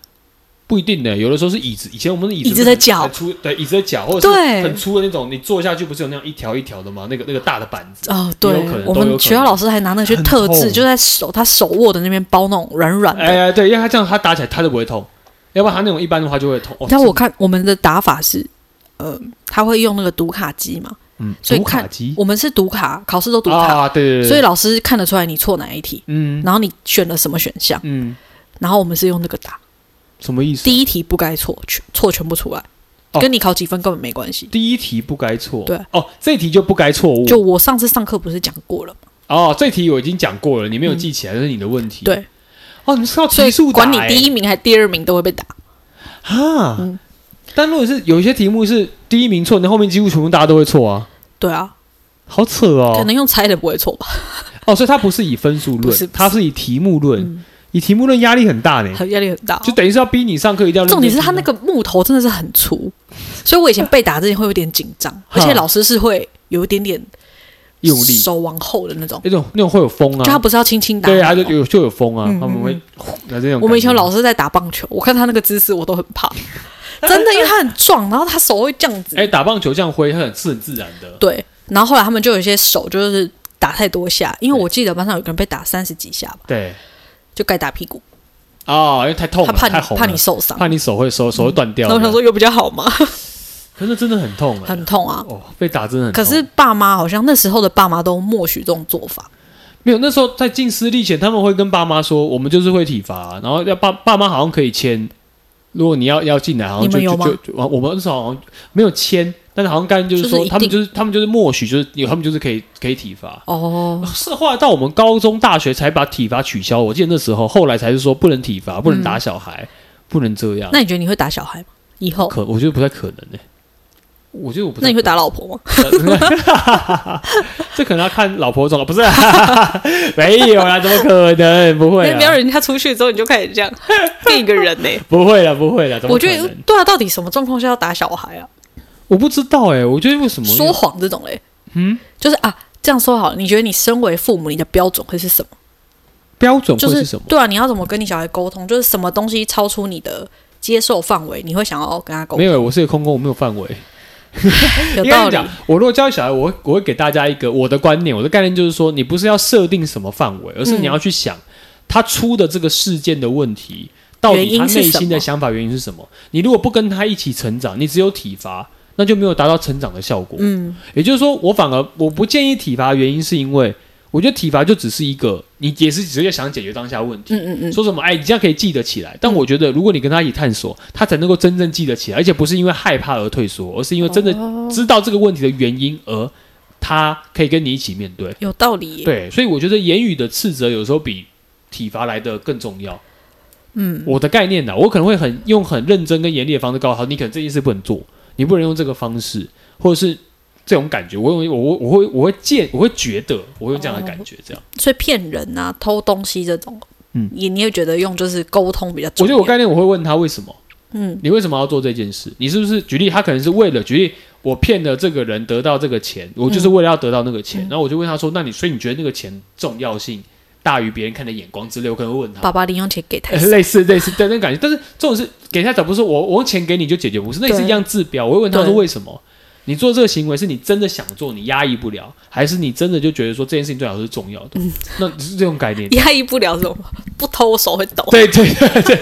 A: 不一定呢、有的时候是椅子，以前我们的椅子
B: 椅子的脚
A: 很粗，对椅子的脚或者是
B: 对
A: 很粗的那种，你坐下去不是有那样一条一条的吗？那个那个大的板子，
B: 哦，
A: 都有
B: 对
A: 可能，
B: 我
A: 都有
B: 们
A: 可
B: 学校
A: 能
B: 老师还拿那个去
A: 很
B: 特制，
A: 痛
B: 就在手他手握的那边包那种软软的。
A: 哎、哎对，因为他这样他打起来他就不会痛，要不然他那种一般的话就会痛。哦
B: 但我看我们的打法是，呃，他会用那个读卡机嘛，
A: 嗯，
B: 所以
A: 读卡
B: 看
A: 机
B: 我们是读卡，考试都读卡，
A: 啊，对对对，
B: 所以老师看得出来你错哪一题，
A: 嗯
B: 然后你选了什么选项，
A: 嗯，
B: 然后我们是用那个打，
A: 什么意思？
B: 第一题不该错，全错全部出来，
A: 哦
B: 跟你考几分根本没关系。
A: 第一题不该错，
B: 对
A: 哦，这题就不该错误，
B: 就我上次上课不是讲过了吗？
A: 哦，这题我已经讲过了，你没有记起来，这是你的问题。
B: 对，
A: 哦，你们是靠
B: 所
A: 题
B: 以
A: 数打、欸，
B: 管你第一名还第二名都会被打，
A: 哈、
B: 嗯
A: 但如果是有一些题目是第一名错，那后面几乎全部大家都会错啊，
B: 对啊，
A: 好扯
B: 可
A: 哦。
B: 能用猜的不会错吧，
A: 哦，所以它不是以分数
B: 不
A: 论，
B: 是不是
A: 它是以题目论、
B: 嗯
A: 以题目论压力很大呢，
B: 很压力很大哦。
A: 嗯就等于是要逼你上课一定要认真
B: 重点是他
A: 听
B: 那
A: 啊
B: 个木头真的是很粗，所以我以前被打之前会有点紧
A: *laughs* 啊
B: 张，而且老师是会有一点点
A: 用力，
B: 手往后的那种，
A: 那种那种会有风
B: 就他
A: 啊，
B: 不是要轻轻打。
A: 对啊，就。有就有风啊，
B: 嗯
A: 他们会
B: 嗯
A: 那这种。
B: 我们以前有老师在打棒球，我看他那个姿势我都很
A: *laughs*
B: 怕，真的，因为他很壮，然后他手会这样子。
A: 哎、打棒球这样挥很是很自然的，
B: 对，然后后来他们就有一些手就是打太多下，因为我记得班上有个人被打三十几下吧，
A: 对
B: 就该打屁股，
A: 啊、因为太痛
B: 他
A: 了，
B: 怕
A: 太
B: 你
A: 红
B: 怕
A: 了
B: 你受伤。
A: 怕你手会手手会断掉的。
B: 然后我想说有比较
A: *laughs*
B: 好吗？
A: 可是真的很痛哎、
B: 很痛啊。
A: 哦，被打真的很痛。
B: 可是爸妈好像那时候的爸妈都默许这种做法，
A: 没有，那时候在进私立前，他们会跟爸妈说，我们就是会体罚、啊然后要爸爸妈好像可以签，如果你要要进来，好像就
B: 你们有
A: 就
B: 吗
A: 就就我们那时候好像没有签，但是好像刚才就是
B: 就是
A: 说
B: 一定
A: 他们就是他们就是默许，就是有他们就是可以可以体罚。 *laughs*
B: 哦，
A: 是后来到我们高中、大学才把体罚取消。我记得那时候，后来才是说不能体罚，不能打小孩，不能这样。
B: 那你觉得你会打小孩吗？以后？
A: 可我觉得不太可能呢、我觉得我不太
B: 那你会
A: 可能
B: 打老婆吗？
A: *laughs* 这可能要看老婆状况，不是、 *laughs* 啊？没有啦，怎么可能？不会啊
B: 那不要
A: 啦，
B: 人家出去之后你就开始这样变一个人呢、
A: 不会啦，不会啦。怎么
B: 我
A: 可
B: 觉
A: 能
B: 得对啊，到底什么状况下要打小孩啊？
A: 我不知道哎、我觉得为什么
B: 说谎这种嘞，
A: 嗯
B: 就是啊，这样说好了，你觉得你身为父母，你的标准会是什么？
A: 标准
B: 就
A: 会是什么？
B: 对啊，你要怎么跟你小孩沟通？就是什么东西超出你的接受范围，你会想要跟他沟
A: 没
B: 通？
A: 有、我是一个空空，我没有范围。
B: 有
A: 应
B: 道
A: 该
B: 理
A: 讲，我如果教育小孩，我会我会给大家一个我的观念，我的概念就是说，你不是要设定什么范围，而
B: 嗯
A: 是你要去想、他出的这个事件的问题，到
B: 原
A: 底
B: 因
A: 他
B: 是
A: 内
B: 什
A: 心的
B: 么
A: 想法原因是什么。你如果不跟他一起成长，你只有体罚，那就没有达到成长的效果。
B: 嗯，
A: 也就是说，我反而我不建议体罚，原因是因为我觉得体罚就只是一个，你也是直接想解决当下问题。
B: 嗯嗯嗯，
A: 说什么？哎，你这样可以记得起来。但我觉得，如果你跟他一起探索，他才能够真正记得起来，而且不是因为害怕而退缩，而是因为真的
B: 哦
A: 知道这个问题的原因，而他可以跟你一起面对。
B: 有道理耶。
A: 对，所以我觉得言语的斥责有时候比体罚来的更重要。
B: 嗯，
A: 我的概念啊呢，我可能会很用很认真跟严厉的方式告诉他，你可能这件事不能做，你不能用这个方式，或者是这种感觉。我我我我会我会见我会觉得我会有这样的感觉，这样。
B: 所以骗人啊、偷东西这种，
A: 嗯
B: 你你也觉得用就是沟通比较
A: 我
B: 重
A: 觉
B: 要。
A: 得我概念我会问他为什么。
B: 嗯
A: 你为什么要做这件事？你是不是举例？他可能是为了举例，我骗了这个人得到这个钱，我就是为了要得到那个钱。然后我就问他说：“那你所以你觉得那个钱重要性大于别人看的眼光之类？”我可能会问他
B: 爸，爸零用钱给太
A: 呃
B: 少，
A: *laughs* 类似类似对那种感觉。但是这种是给他找不是说我我用钱给你就解决，不是那也是
B: 对
A: 一样治标。我会问他说
B: 对
A: 为什么？你做这个行为是你真的想做，你压抑不了，还是你真的就觉得说这件事情对我来说是重要的？那是这种概
B: *laughs*
A: 念。
B: 压抑不了什么，不偷我手会抖，
A: 对对对 *laughs* 对，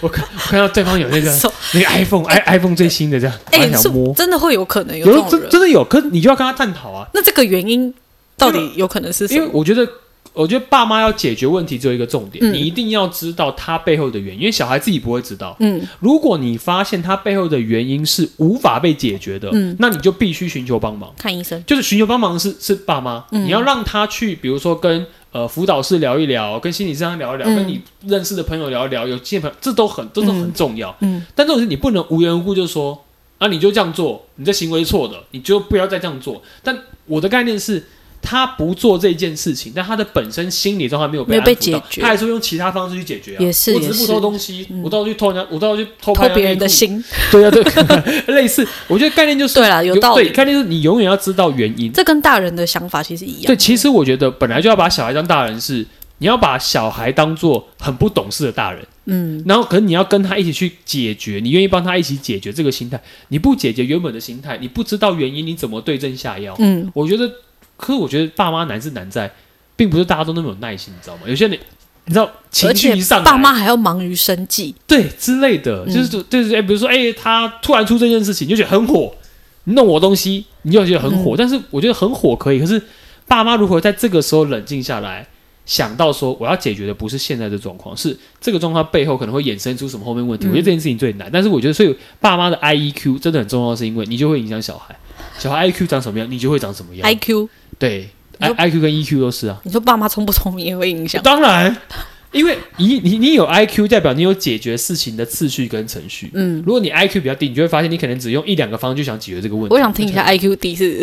A: 我看我看到对方有那个
B: *laughs* 手
A: 那个 iPhone i iPhone 最新的这样，
B: 哎、
A: 蛮想
B: 是
A: 摸，
B: 真的会有可能有这
A: 有
B: 种
A: 真
B: 人。
A: 真的有，可是你就要跟他探讨啊，
B: 那这个原因到底有可能是什
A: 因为
B: 么？
A: 我觉得，我觉得爸妈要解决问题只有一个重点，
B: 嗯
A: 你一定要知道他背后的原因，因为小孩自己不会知道。
B: 嗯，
A: 如果你发现他背后的原因是无法被解决的，
B: 嗯
A: 那你就必须寻求帮忙。
B: 看医生。
A: 就是寻求帮忙是是爸妈，
B: 嗯
A: 你要让他去，比如说跟呃辅导师聊一聊，跟心理治疗师聊一聊，
B: 嗯
A: 跟你认识的朋友聊一聊，有见朋友，这都很这都很
B: 嗯
A: 重要。
B: 嗯，
A: 但这种事你不能无缘无故就说啊，你就这样做，你这行为是错的，你就不要再这样做。但我的概念是，他不做这件事情，但他的本身心理状态没有被
B: 没有被
A: 安抚到
B: 解决
A: 他还是会用其他方式去解决啊。
B: 也是
A: 我只
B: 也
A: 是不
B: 是
A: 偷东西，
B: 嗯
A: 我到处去偷人家，我到处去偷
B: 偷
A: 拍
B: 别人的
A: 内裤，
B: 心。
A: 对 *laughs* 啊，对，类似。我觉得概念就是
B: 对啦，啊有道
A: 对，
B: 理。
A: 概念就是你永远要知道原因。
B: 这跟大人的想法其实一样。
A: 对，其实我觉得本来就要把小孩当大人是，你要把小孩当做很不懂事的大人，
B: 嗯，
A: 然后可能你要跟他一起去解决，你愿意帮他一起解决这个心态，你不解决原本的心态，你不知道原因，你怎么对症下药？
B: 嗯
A: 我觉得，可是我觉得爸妈难是难在，并不是大家都那么有耐心，你知道吗？有些人。你知道情
B: 而
A: 绪
B: 且
A: 一上来，
B: 爸妈还要忙于生计，
A: 对之类的，
B: 嗯
A: 就是就是哎、比如说哎、他突然出这件事情，你就觉得很火，你弄我东西，你就觉得很火。
B: 嗯
A: 但是我觉得很火可以，可是爸妈如何在这个时候冷静下来，想到说我要解决的不是现在的状况，是这个状况背后可能会衍生出什么后面问题。
B: 嗯
A: 我觉得这件事情最难，但是我觉得所以爸妈的 I E Q 真的很重要，是因为你就会影响小孩，小孩 I E Q 长什么样，你就会长什么样。
B: IQ，
A: 对
B: 你
A: ，I
B: 说
A: I Q 跟 E Q 都是啊。
B: 你说爸妈聪不聪明也会影响。
A: 当然，因为你你你有 I Q，代表你有解决事情的次序跟程序。
B: 嗯，
A: 如果你 IQ 比较低，你就会发现你可能只用一两个方式就想解决这个问题。
B: 我想听一下 IQ 低
A: *laughs*
B: 是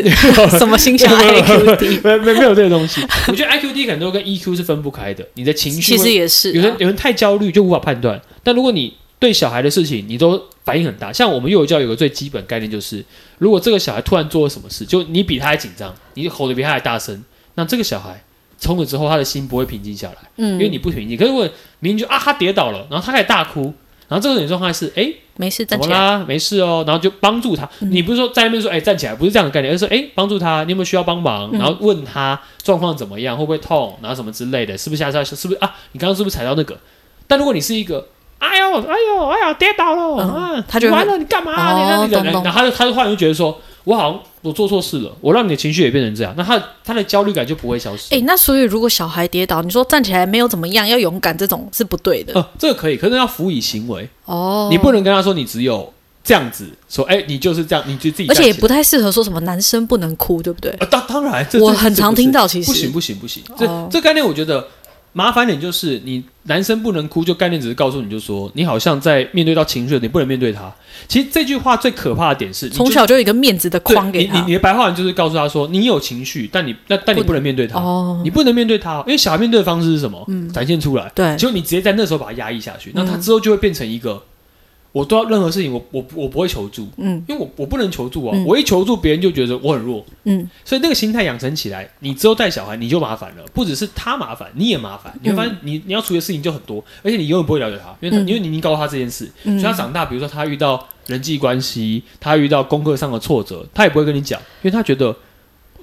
B: 什么星象 IQ 低，
A: 没没没有这个东西。我觉得 IQ 低可能都跟 EQ 是分不开的，你的情绪
B: 其
A: 会
B: 实也是
A: 有人
B: 啊。
A: 有人太焦虑就无法判断。但如果你对小孩的事情你都反应很大，像我们幼儿教有个最基本概念就是，如果这个小孩突然做了什么事，就你比他还紧张，你吼得比他还大声，那这个小孩从此之后他的心不会平静下来。
B: 嗯，
A: 因为你不平静。可是我明明就啊，他跌倒了，然后他开始大哭，然后这个人状态是，哎、
B: 没事
A: 怎
B: 站
A: 么
B: 起来。嗯
A: 啦？没事哦，然后就帮助他。你不是说在那边说，哎、站起来，不是这样的概念，而是说，哎、帮助他，你有没有需要帮忙？
B: 嗯
A: 然后问他状况怎么样，会不会痛，然后什么之类的，是不是下下是不是啊？你刚刚是不是踩到那个？但如果你是一个。哎呦，哎呦，哎呀，跌倒了、
B: 嗯
A: 啊！
B: 他就会
A: 完了，你干嘛、啊？你
B: 哦
A: 那你
B: 懂懂
A: 然后他就他就忽然就觉得说，我好像我做错事了，我让你的情绪也变成这样，那他他的焦虑感就不会消失。
B: 哎，那所以如果小孩跌倒，你说站起来没有怎么样，要勇敢，这种是不对的。
A: 呃，这个可以，可是要辅以行为。
B: 哦，
A: 你不能跟他说你只有这样子，说哎、你就是这样，你就自己站
B: 而
A: 起来。
B: 且也不太适合说什么男生不能哭，对不对？
A: 啊，当当然，这
B: 我
A: 这
B: 很
A: 这
B: 常
A: 不是
B: 听到其实
A: 不行不行不行，这、
B: 哦
A: 这概念我觉得麻烦点就是你男生不能哭，就概念只是告诉你就说你好像在面对到情绪了，你不能面对他。其实这句话最可怕的点是，你就
B: 从小就有一个面子的
A: 对
B: 框给
A: 你你
B: 他。
A: 你的白话文就是告诉他说你有情绪，但你但但你
B: 不
A: 不能面对他。
B: 哦
A: 你，不能面对他，因为小孩面对的方式是什么？
B: 嗯
A: 展现出来。
B: 对
A: 结果你直接在那时候把他压抑下去，那他
B: 嗯
A: 之后就会变成一个，我做到任何事情，我我我不会求助，
B: 嗯
A: 因为我我不能求助啊，
B: 嗯
A: 我一求助别人就觉得我很弱，
B: 嗯，
A: 所以那个心态养成起来，你之后带小孩你就麻烦了，不只是他麻烦，你也麻烦，你会发现你你要处理的事情就很多，而且你永远不会了解他，因为他、
B: 嗯
A: 因为你已经告诉他这件事，
B: 嗯
A: 所以他长大，比如说他遇到人际关系，他遇到功课上的挫折，他也不会跟你讲，因为他觉得。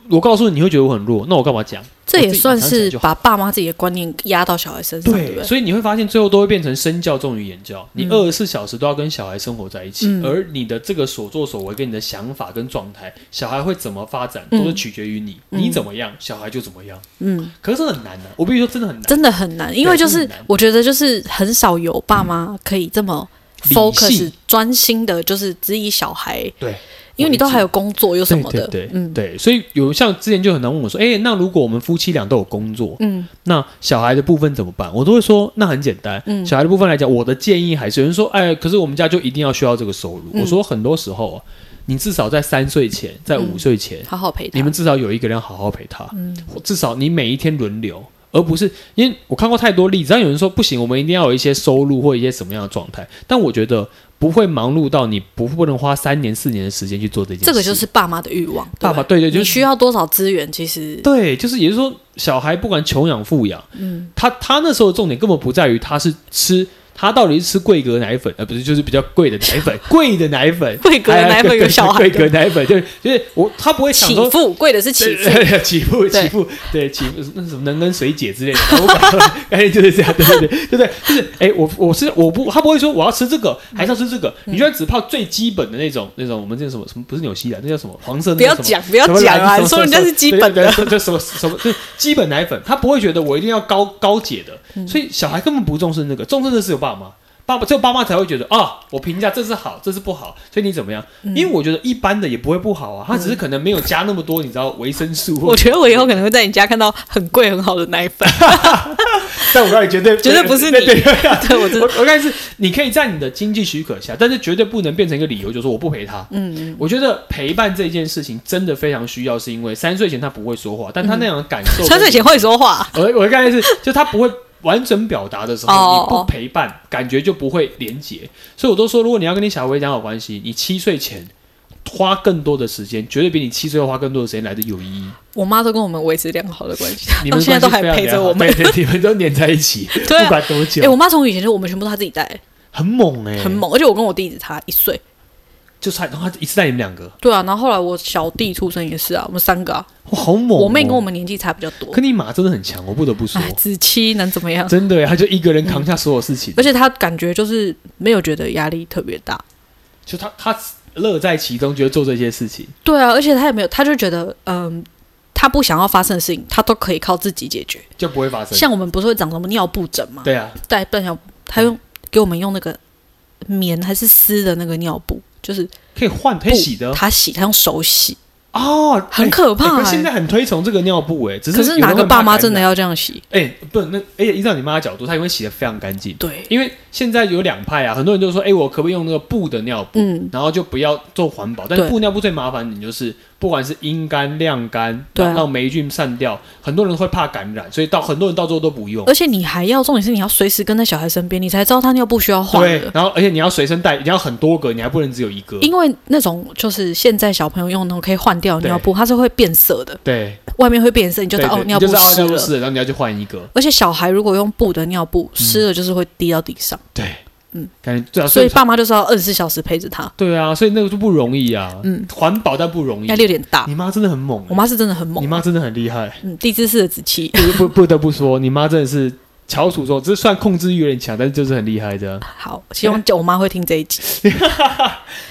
A: 我告诉你，你会觉得我很弱，那我干嘛讲？
B: 这
A: 我
B: 也
A: 自己
B: 算
A: 想起来
B: 是
A: 就好
B: 把爸妈自己的观念压到小孩身上，对不
A: 对，
B: 对？
A: 所以你会发现最后都会变成身教重于言教，你
B: 嗯
A: 二十四小时都要跟小孩生活在一起，
B: 嗯
A: 而你的这个所作所为跟你的想法跟状态，小孩会怎么发展
B: 嗯
A: 都是取决于你，
B: 嗯
A: 你怎么样，小孩就怎么样。
B: 嗯，
A: 可是这很难的、我必须说真的很难。
B: 真的很难，因为就
A: 真
B: 是
A: 的很难
B: 我觉得就是很少有爸妈可以这么
A: 理性
B: focus 专心的，就是只以小孩，
A: 对，
B: 因为你都还有工作有什么的，
A: 对对对
B: 嗯
A: 对，所以有像之前就很难问我说，哎、那如果我们夫妻俩都有工作，
B: 嗯
A: 那小孩的部分怎么办？我都会说，那很简单。
B: 嗯
A: 小孩的部分来讲，我的建议还是有人说，哎，可是我们家就一定要需要这个收入。
B: 嗯
A: 我说，很多时候啊，你至少在三岁前，在五岁前，
B: 好好陪他，
A: 你们至少有一个人好好陪他，
B: 嗯嗯
A: 至少你每一天轮流。而不是因为我看过太多例子，但有人说不行，我们一定要有一些收入或一些什么样的状态。但我觉得不会忙碌到你不不能花三年四年的时间去做这件事。
B: 这个就是爸妈的欲望。对
A: 爸
B: 吧
A: 爸对对，就
B: 你
A: 是
B: 需要多少资源？其实
A: 对，就是也就是说，小孩不管穷养富养，
B: 嗯，
A: 他他那时候的重点根本不在于他是吃。他到底是吃贵格奶粉，而、呃不是就是比较贵的奶
B: *laughs*
A: 粉，贵的奶粉，哎
B: 贵格的奶粉有小孩
A: 贵
B: 的
A: 格奶粉就是就是我，他不会想
B: 起
A: 说
B: 付贵的是起付，
A: *laughs* 对起步
B: 对
A: 起步对起步那什么能跟水解之类的， *laughs* 我搞错了哎就是这样，对对对对对，就是哎我我是我不他不会说我要吃这个还是要吃这个，
B: 嗯
A: 你居然只泡最基本的那种那种我们这种什么什么不是纽西兰那叫什么黄色那
B: 不要
A: 叫什么
B: 讲不要
A: 什么
B: 讲啊，
A: 蓝
B: 你
A: 什
B: 说
A: 么
B: 人家是基本
A: 对
B: 的
A: 对，对就什么什么就是基本奶粉，他不会觉得我一定要高高解
B: 嗯
A: 的，所以小孩根本不重视那个，重视的是有爸妈。爸爸，只有爸妈才会觉得啊，我评价这是好，这是不好，所以你怎么样？
B: 嗯
A: 因为我觉得一般的也不会不好啊，他只是可能没有加那么多，你知道维生素或者。
B: *laughs* 我觉得我以后可能会在你家看到很贵很好的奶 *laughs* 粉，
A: 但我告诉你，绝对
B: *laughs* 绝对不是你
A: 对对对
B: *laughs* 对我真
A: 我
B: 的，
A: 我看是你可以在你的经济许可下，但是绝对不能变成一个理由，就是我不陪他。
B: 嗯，
A: 我觉得陪伴这件事情真的非常需要，是因为三岁前他不会说话，但他那样的感受，
B: 嗯三岁前会说话，
A: 我我刚才是，就他不会完整表达的时候，
B: 哦
A: 你不陪伴，感觉就不会连结。所以我都说，如果你要跟你小孩讲好关系，你七岁前花更多的时间，绝对比你七岁后花更多的时间来的有意义。
B: 我妈都跟我们维持良好的关系，
A: 你
B: 啊 *laughs* 到
A: 们
B: 现在都还
A: 关系非
B: 陪
A: 常
B: 着我们。
A: 良好，对对，你们都黏在一起，
B: *laughs* 对啊
A: 不管多
B: 哎、
A: 久，
B: 我妈从以前就我们全部都她自己带，
A: 很猛哎、
B: 很猛，而且我跟我弟只差一岁。
A: 就差，然后他一次带你们两个，
B: 对啊，然后后来我小弟出生也是啊，我们三个啊，
A: 哇，好猛、哦
B: 我妹跟我，们年纪差比较多
A: 可。你马真的很强，我不得不说
B: 哎，，子期能怎么样？
A: 真的耶，他就一个人扛下所有事情，
B: 嗯而且她感觉就是没有觉得压力特别大。
A: 就他他乐在其中，觉得做这些事情，
B: 对啊，而且她也没有，她就觉得嗯。她不想要发生的事情，她都可以靠自己解决。
A: 就不会发生。
B: 像我们不是会长什么尿布疹嘛？
A: 对啊，
B: 带半尿布，她用给我们用那个棉还是丝的那个尿布，就是
A: 可以换可
B: 不
A: 以洗的
B: 她洗，她用手洗，
A: 哦，
B: 很
A: 哎
B: 可怕
A: 哎可
B: 欸
A: 现在很推崇这个尿布哎，只
B: 可
A: 是有
B: 是哪
A: 人
B: 个
A: 很怕
B: 爸妈
A: 感
B: 真的
A: 染？
B: 要这样洗？
A: 哎，不那而且依照你妈的角度，她因为洗的非常干净，
B: 对，
A: 因为现在有两派啊，很多人就说，哎，我可不可以用那个布的尿布？
B: 嗯，
A: 然后就不要做环保。但是
B: 对
A: 布尿布最麻烦的就是，不管是阴干、晾干，
B: 对啊
A: 让霉菌散掉，很多人会怕感染，所以到很多人到最后都不用。
B: 而且你还要重点是你要随时跟在小孩身边，你才知道他尿布需要换
A: 对
B: 了，。
A: 然后而且你要随身带，你要很多个，你还不能只有一个。
B: 因为那种就是现在小朋友用那种可以换掉的尿布，它是会变色的，
A: 对，
B: 外面会变色，你就
A: 对
B: 知道
A: 对
B: 哦尿
A: 你
B: 布
A: 就知道
B: 湿
A: 尿布
B: 了。
A: 湿了，然嗯后你要去换一个。
B: 而且小孩如果用布的尿布，湿了就是会滴到地上，
A: 对，
B: 嗯，
A: 感觉对啊，
B: 所
A: 所
B: 以
A: 以
B: 爸妈就是要二十四小时陪着他，
A: 对啊，所以那个就不容易啊。
B: 嗯，
A: 环保但不容易
B: 压。力有点大。
A: 你妈真的很猛欸，
B: 我妈是真的很猛
A: 你，妈真的很厉害， *laughs*
B: 嗯，地支式的子期，
A: 不不不得不说，你妈真的是翘楚中，只是算控制欲有点强，但是就是很厉害的。
B: 好，希望我妈会听这一 *laughs* 集。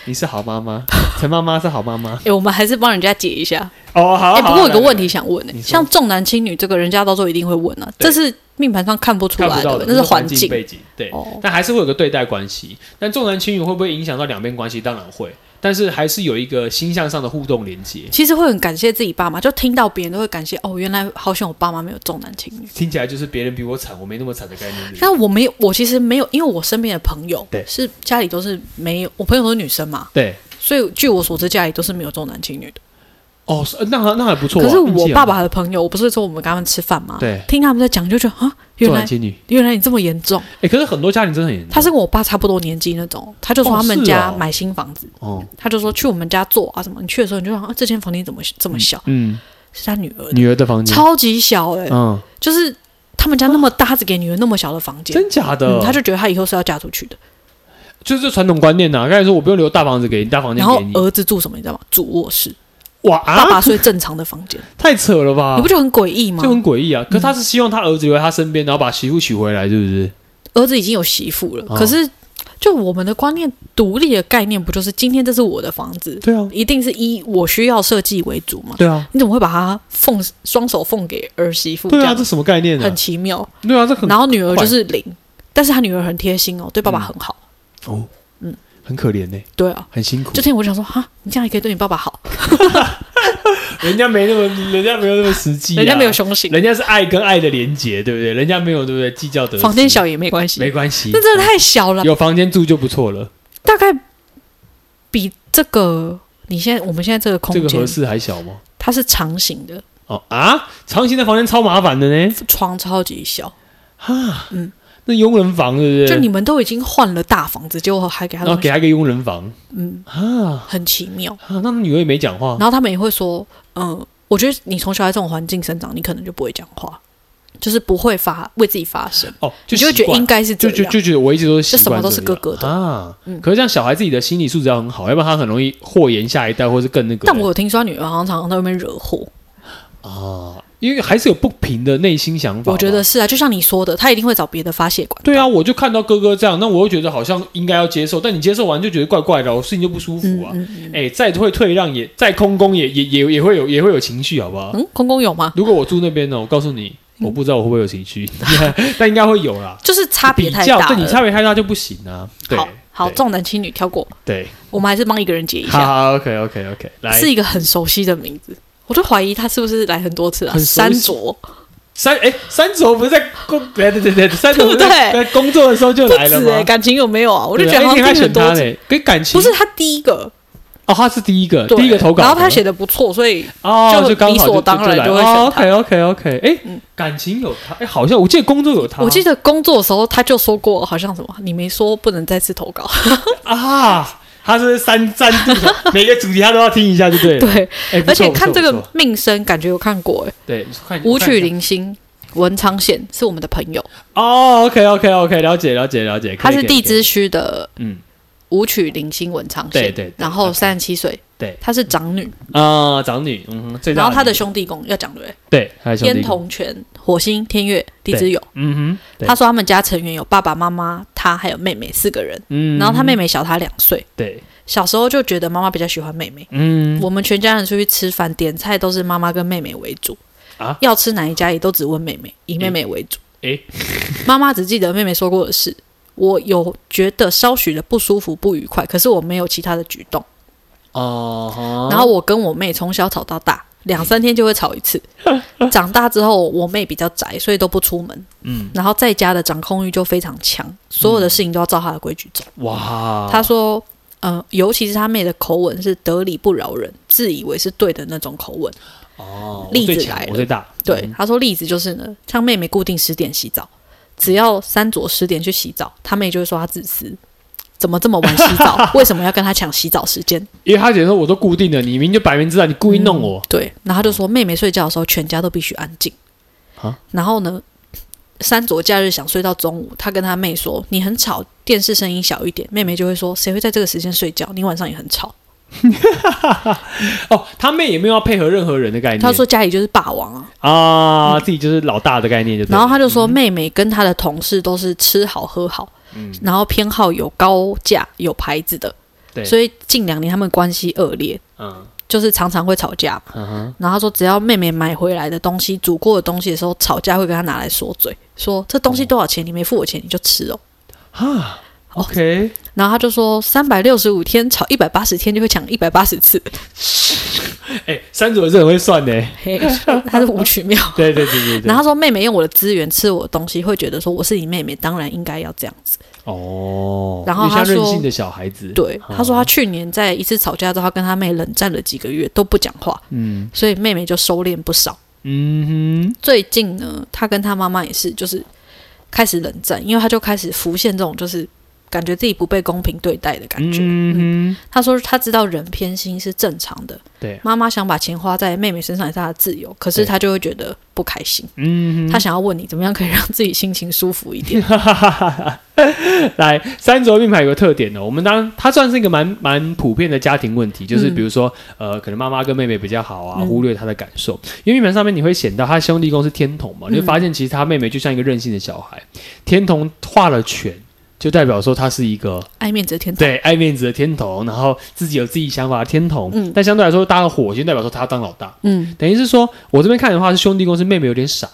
A: 你是好妈
B: *laughs*
A: 妈，陈妈妈是好妈妈。
B: 哎，我们还是帮人家解一下。
A: 哦，好
B: 哎、
A: 好
B: 不过有个
A: 来
B: 问题想问、欸，
A: 你说
B: 像重男轻女这个，人家到时候一定会问啊，
A: 对
B: 这是命盘上看不出
A: 看
B: 来
A: 不到
B: 那是环
A: 环境背景。对，
B: 哦，
A: 但还是会有个对待关系。但重男轻女会不会影响到两边关系？当然会，但是还是有一个星象上的互动连接。
B: 其实会很感谢自己爸妈，就听到别人都会感谢哦，原来好想我爸妈没有重男轻女。
A: 听起来就是别人比我惨，我没那么惨的概念。
B: 但我没有，我其实没有，因为我身边的朋友
A: 对
B: 是家里都是没有，我朋友都是女生嘛，
A: 对，
B: 所以据我所知，家里都是没有重男轻女的。
A: 哦，是那还那还不错啊。
B: 可是
A: 运气
B: 我
A: 很
B: 爸
A: 好
B: 爸的朋友，我不是说我们跟他们吃饭吗？
A: 对
B: 听他们在讲，就觉得啊，原
A: 重男
B: 来
A: 轻女，
B: 原来你这么严重。
A: 哎，可是很多家庭真的很严重。
B: 他是跟我爸差不多年纪那种，他就说
A: 嗯哦
B: 他们
A: 是
B: 家
A: 哦
B: 买新房子。
A: 哦，
B: 他就说去我们家做啊什么。你去的时候你就想啊，这间房间怎么这么小？
A: 嗯，
B: 是他女儿的，
A: 女儿的房间，
B: 超级小哎、
A: 嗯，
B: 就是他们家那么大，他只给女儿那么小的房间。
A: 真假
B: 嗯
A: 的，，
B: 他就觉得他以后是要嫁出去的，
A: 就是这传统观念呐。刚才说我不用留大房子给你，大房间
B: 然后
A: 给你，
B: 儿子住什么你知道吗？主卧室，
A: 哇
B: 爸
A: 啊，
B: 爸睡正常的房
A: *laughs*
B: 间，
A: 太扯了吧
B: 你不，觉得很诡异吗
A: 啊就？很诡异啊。可是他是希望他儿子留在他身边，然后把媳妇娶回来，是不是？
B: 儿子已经有媳妇了，
A: 哦
B: 可是就我们的观念，独立的概念不就是今天这是我的房子，
A: 对啊，
B: 一定是以我需要设计为主吗？
A: 对啊。
B: 你怎么会把它奉双手奉给儿媳妇？
A: 对
B: 这
A: 啊，
B: 样
A: 这什么概念啊
B: 很？奇妙。
A: 对啊，这很嗯
B: 然后女儿就是零，但是她女儿很贴心哦，对爸爸很好。
A: 哦，
B: 嗯
A: 很可怜呢、
B: 对啊，
A: 很辛苦
B: 就，听我就想说，哈，你这样也可以对你爸爸好，
A: 人家没那么，人家没有那么实际、啊
B: 人家没有，凶行，
A: 人家是爱跟爱的连结，对不对？人家没有，对不对？计较得失
B: 房间小也没关系，
A: 没关系
B: 那，真的太小了，
A: 有房间住就不错了，
B: 大概比这个你现在我们现在这个
A: 这
B: 空
A: 个
B: 间
A: 合，适还小吗？
B: 它是长形的，
A: 哦啊，长形的房间超麻烦的呢，啊
B: 床超级小，啊嗯
A: 那佣人房是不？
B: 就是你们都已经换了大房子，结果还给他
A: 然后
B: 们
A: 给他一个佣人房
B: 嗯，
A: 啊
B: 很奇妙。
A: 啊，那女儿也没讲话
B: 然后他们也会说，嗯，我觉得你从小在这种环境生长，你可能就不会讲话，就是不会发为自己发声，
A: 哦，就
B: 你就会觉
A: 习
B: 得
A: 惯
B: 应该是这
A: 就
B: 样。
A: 就就觉得我一直都习
B: 就什么
A: 惯
B: 都
A: 这
B: 是
A: 样
B: 哥哥的
A: 啊。
B: 嗯
A: 可是这样小孩自己的心理素质要很好，要不然他很容易祸延下一代，或是更那个。
B: 但我有听说他女儿好像常常在外面惹祸，
A: 啊，因为还是有不平的内心想法。
B: 我觉得。是啊，就像你说的，他一定会找别的发泄管。
A: 对啊，我就看到哥哥这样，那我又觉得好像应该要接受，但你接受完就觉得怪怪的，我心情就不舒服
B: 嗯
A: 啊。
B: 嗯
A: 哎、再会退让也，再空宫也也也也会有也会有情绪，好不好？
B: 嗯，公公有吗？
A: 如果我住那边呢，我告诉你，
B: 嗯
A: 我不知道我会不会有情绪， *laughs* 但应该会有啦。
B: 就是差别
A: 比
B: 太
A: 较
B: 大
A: 对你
B: 了。
A: 差别太大就不行啊。对
B: 好好，重男轻女跳过，
A: 对，
B: 我们还是帮一个人解一
A: 好
B: 下，
A: 好 OK OK OK，来
B: 是一个很熟悉的名字，我就怀疑他是不是来很多次啊？
A: 很熟悉
B: 山卓
A: 三哎三轴不是在工对对对对三轴
B: 对不对
A: 在工作的时候就
B: 不
A: 来了
B: 止
A: 吗
B: 哎、？感情有没有啊？我就
A: 对
B: 觉
A: 啊
B: 得好
A: 哎
B: 像
A: 你还
B: 听很
A: 选
B: 多
A: 他
B: 次，
A: 嘞，跟感情
B: 不是他第一个，
A: 哦，他是第一个
B: 对
A: 第一个投稿的，
B: 然后他写的不错，所以
A: 哦，
B: 就
A: 就刚好
B: 理所当然就会选他
A: OK OK OK，哎、
B: 嗯
A: 感情有他，哎、好像我记得工作有他，
B: 我记得工作的时候他就说过，好像什么你没说不能再次投稿，
A: 啊，他是三三度
B: *laughs*
A: 的，每个主题他都要听一下，就对了。
B: 对，
A: 哎，不错
B: 而且看这
A: 不错不
B: 个
A: 错
B: 命生感觉有看过哎、
A: 对，看
B: 武曲
A: 林
B: 零星文昌县是我们的朋友，
A: 哦，OK OK OK，了解了解了解，可以
B: 他是
A: 可以
B: 地
A: 可以
B: 支虚的
A: 嗯
B: 武曲零星文昌县，
A: 对对对
B: 然后
A: OK
B: 三十七岁，
A: 对
B: 她是长女，
A: 啊、长女，嗯哼，最大
B: 然后她的
A: 女
B: 兄弟宫要讲对不对，
A: 对，他的兄弟
B: 天同权、火星、天月、地支酉。
A: 嗯哼，对
B: 他说他们家成员有爸爸妈妈、他还有妹妹四个人，
A: 嗯，
B: 然后他妹妹小他两岁，
A: 对，
B: 小时候就觉得妈妈比较喜欢妹妹。
A: 嗯，
B: 我们全家人出去吃饭，点菜都是妈妈跟妹妹为主。
A: 啊
B: 要吃哪一家也都只问妹妹，以妹妹为主。
A: 诶
B: *laughs* 妈妈只记得妹妹说过的事。我有觉得稍许的不舒服、不愉快，可是我没有其他的举动。
A: 哦、哈
B: 然后我跟我妹从小吵到大，两三天就会吵一
A: *laughs*
B: 次。长大之后，我妹比较宅，所以都不出门。
A: 嗯，
B: 然后在家的掌控欲就非常强，所有的事情都要照她的规矩
A: 嗯
B: 走。
A: 哇，
B: 她说，呃，尤其是她妹的口吻是得理不饶人，自以为是对的那种口吻。
A: 哦，我
B: 例
A: 最
B: 子
A: 强
B: 来
A: 我
B: 了
A: 最大，嗯
B: 对，他说例子就是呢，像妹妹固定十点洗澡，只要三左十点去洗澡，他妹就会说她自私，怎么这么晚
A: *laughs*
B: 洗澡？为什么要跟她抢洗澡时间？
A: 因为他觉得说我都固定了，你明明就摆明知道你故意
B: 嗯
A: 弄我，
B: 对，然后他就说妹妹睡觉的时候，全家都必须安静
A: 啊。
B: 然后呢，三左假日想睡到中午，他跟他妹说你很吵，电视声音小一点。妹妹就会说谁会在这个时间睡觉？你晚上也很吵。
A: 哦，他妹也没有要配合任何人的概念，
B: 他说家里就是霸王啊。
A: 啊，自己就是老大的概念就对了，
B: 然后他就说，妹妹跟她的同事都是吃好喝好，
A: 嗯
B: 然后偏好有高价、有牌子的，
A: 对
B: 所以近两年他们关系恶劣，
A: 嗯
B: 就是常常会吵架。
A: 嗯哼，
B: 然后他说，只要妹妹买回来的东西、煮过的东西的时候，吵架会跟她拿来说嘴，说这东西多少钱，你没付我钱你就吃哦。
A: 哈，OK，
B: 然后他就说，三百六十五天吵一百八十天就会抢一百八十次，
A: 哎，三组是很会算的，
B: 嘿，他是无曲妙。
A: 对对对对对，
B: 然后他说，妹妹用我的资源吃我的东西，会觉得说我是你妹妹，当然应该要这样子。
A: 哦，
B: 然后
A: 因为像
B: 他说
A: 任性的小孩子，，
B: 对，他说
A: 哦
B: 他去年在一次吵架之后，他跟他妹冷战了几个月，都不讲话，
A: 嗯
B: 所以妹妹就收敛不少。
A: 嗯
B: 最近呢，他跟他妈妈也是，就是开始冷战，因为他就开始浮现这种就是感觉自己不被公平对待的
A: 哼，
B: 感觉。
A: 嗯哼，
B: 他说他知道人偏心是正常的，
A: 对，
B: 妈妈想把钱花在妹妹身上也是她的自由，可是
A: 对
B: 他就会觉得不开心。
A: 嗯
B: 他想要问你怎么样可以让自己心情舒服一点。
A: 哼， *laughs* 来，三轴命盘有个特点哦，我们当它算是一个蛮蛮普遍的家庭问题，就是
B: 嗯
A: 比如说，呃，可能妈妈跟妹妹比较好啊，
B: 嗯
A: 忽略她的感受，因为命盘上面你会显到他兄弟宫是天同嘛，你会
B: 嗯
A: 发现其实他妹妹就像一个任性的小孩，天同化了权，就代表说他是一个
B: 爱面子的天堂，
A: 对爱面子的天童，然后自己有自己想法的天童，
B: 嗯
A: 但相对来说，搭了火星代表说他要当老大，
B: 嗯，
A: 等于是说我这边看的话是兄弟宫是妹妹有点傻，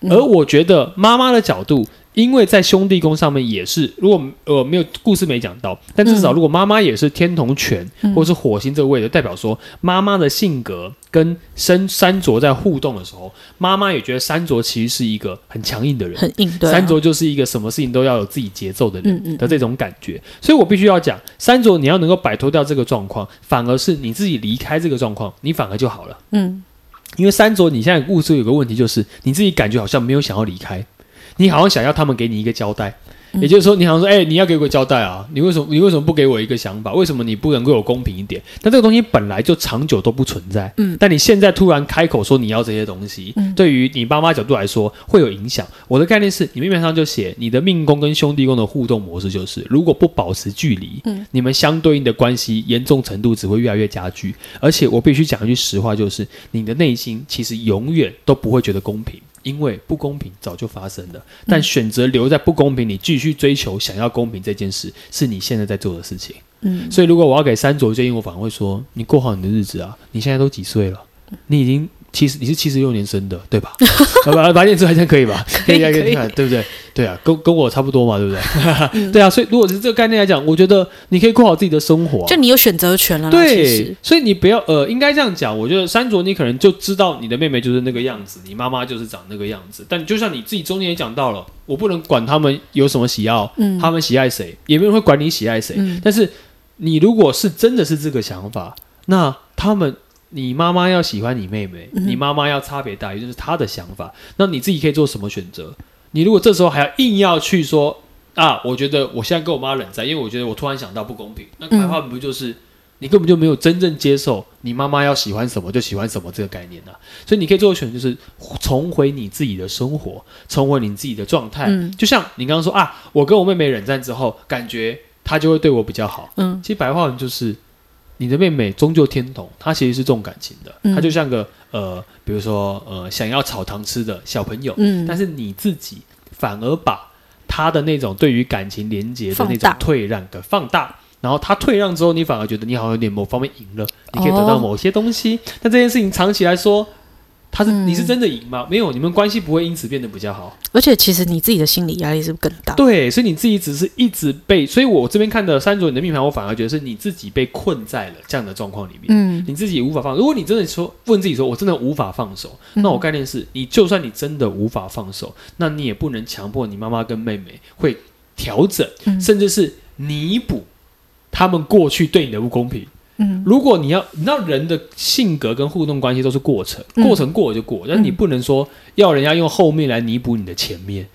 B: 嗯
A: 而我觉得妈妈的角度，因为在兄弟宫上面也是，如果呃没有故事没讲到，但至少
B: 嗯
A: 如果妈妈也是天同权、
B: 嗯
A: 或是火星这个位置，代表说妈妈的性格跟山山卓在互动的时候，妈妈也觉得山卓其实是一个很强硬的人，
B: 很硬，对、啊，
A: 三卓就是一个什么事情都要有自己节奏的
B: 嗯
A: 人
B: 嗯
A: 的这种感觉，所以我必须要讲，三卓你要能够摆脱掉这个状况，反而是你自己离开这个状况，你反而就好了。
B: 嗯，
A: 因为三卓，你现在悟出有个问题，就是你自己感觉好像没有想要离开，你好像想要他们给你一个交代，
B: 嗯
A: 也就是说，你好像说，哎、你要给我个交代啊，你为什么你为什么不给我一个想法？为什么你不能够有公平一点？但这个东西本来就长久都不存在，
B: 嗯，
A: 但你现在突然开口说你要这些东西，
B: 嗯
A: 对于你爸妈角度来说会有影响。我的概念是，你命盘上就写你的命宫跟兄弟宫的互动模式就是，如果不保持距离，
B: 嗯，
A: 你们相对应的关系严重程度只会越来越加剧。而且我必须讲一句实话，就是你的内心其实永远都不会觉得公平，因为不公平早就发生了。
B: 嗯
A: 但选择留在不公平里继续追求想要公平这件事，是你现在在做的事情。
B: 嗯，
A: 所以如果我要给三卓建议，我反而会说：你过好你的日子啊！你现在都几岁了？你已经七十，你是七十六年生的，对
B: *laughs*
A: 吧？啊把把念出来，这样可以吧？
B: 可以
A: 啊
B: 可以
A: 啊对不对？对啊，跟跟我差不多嘛，对不对？
B: 嗯
A: 对啊，所以如果是这个概念来讲，我觉得你可以过好自己的生活啊、
B: 就你有选择权了啦。其
A: 对
B: 实，
A: 所以你不要呃，应该这样讲。我觉得山卓，你可能就知道你的妹妹就是那个样子，你妈妈就是长那个样子。但就像你自己中间也讲到了，我不能管他们有什么喜好，
B: 嗯
A: 他们喜爱谁，也没有人会管你喜爱谁。
B: 嗯
A: 但是你如果是真的是这个想法，那他们。你妈妈要喜欢你妹妹，
B: 嗯
A: 你妈妈要差别待遇，就是她的想法。那你自己可以做什么选择？你如果这时候还要硬要去说啊，我觉得我现在跟我妈冷战，因为我觉得我突然想到不公平，那
B: 嗯
A: 白话文不就是你根本就没有真正接受你妈妈要喜欢什么就喜欢什么这个概念啊？所以你可以做的选择就是重回你自己的生活，重回你自己的状态。
B: 嗯
A: 就像你刚刚说啊，我跟我妹妹冷战之后，感觉她就会对我比较好。
B: 嗯
A: 其实白话文就是，你的妹妹终究天同，她其实是重感情的，
B: 嗯
A: 她就像个呃，比如说呃，想要炒糖吃的小朋友，
B: 嗯，
A: 但是你自己反而把她的那种对于感情连结的那
B: 放
A: 种
B: 大
A: 退让给放大。然后她退让之后，你反而觉得你好像有点某方面赢了，你可以得到
B: 哦
A: 某些东西。但这件事情长期来说，他是、
B: 嗯
A: 你是真的赢吗？没有，你们关系不会因此变得比较好。
B: 而且其实你自己的心理压力是不是更大？
A: 对，所以你自己只是一直被，所以我这边看的三组你的命盘，我反而觉得是你自己被困在了这样的状况里面，
B: 嗯，
A: 你自己无法放。如果你真的说问自己说，我真的无法放手，那我概念是你就算你真的无法放手，那你也不能强迫你妈妈跟妹妹会调整，
B: 嗯
A: 甚至是弥补他们过去对你的不公平。
B: 嗯
A: 如果你要，你知道人的性格跟互动关系都是过程，
B: 嗯
A: 过程过了就过，但是你不能说要人家用后面来弥补你的前面。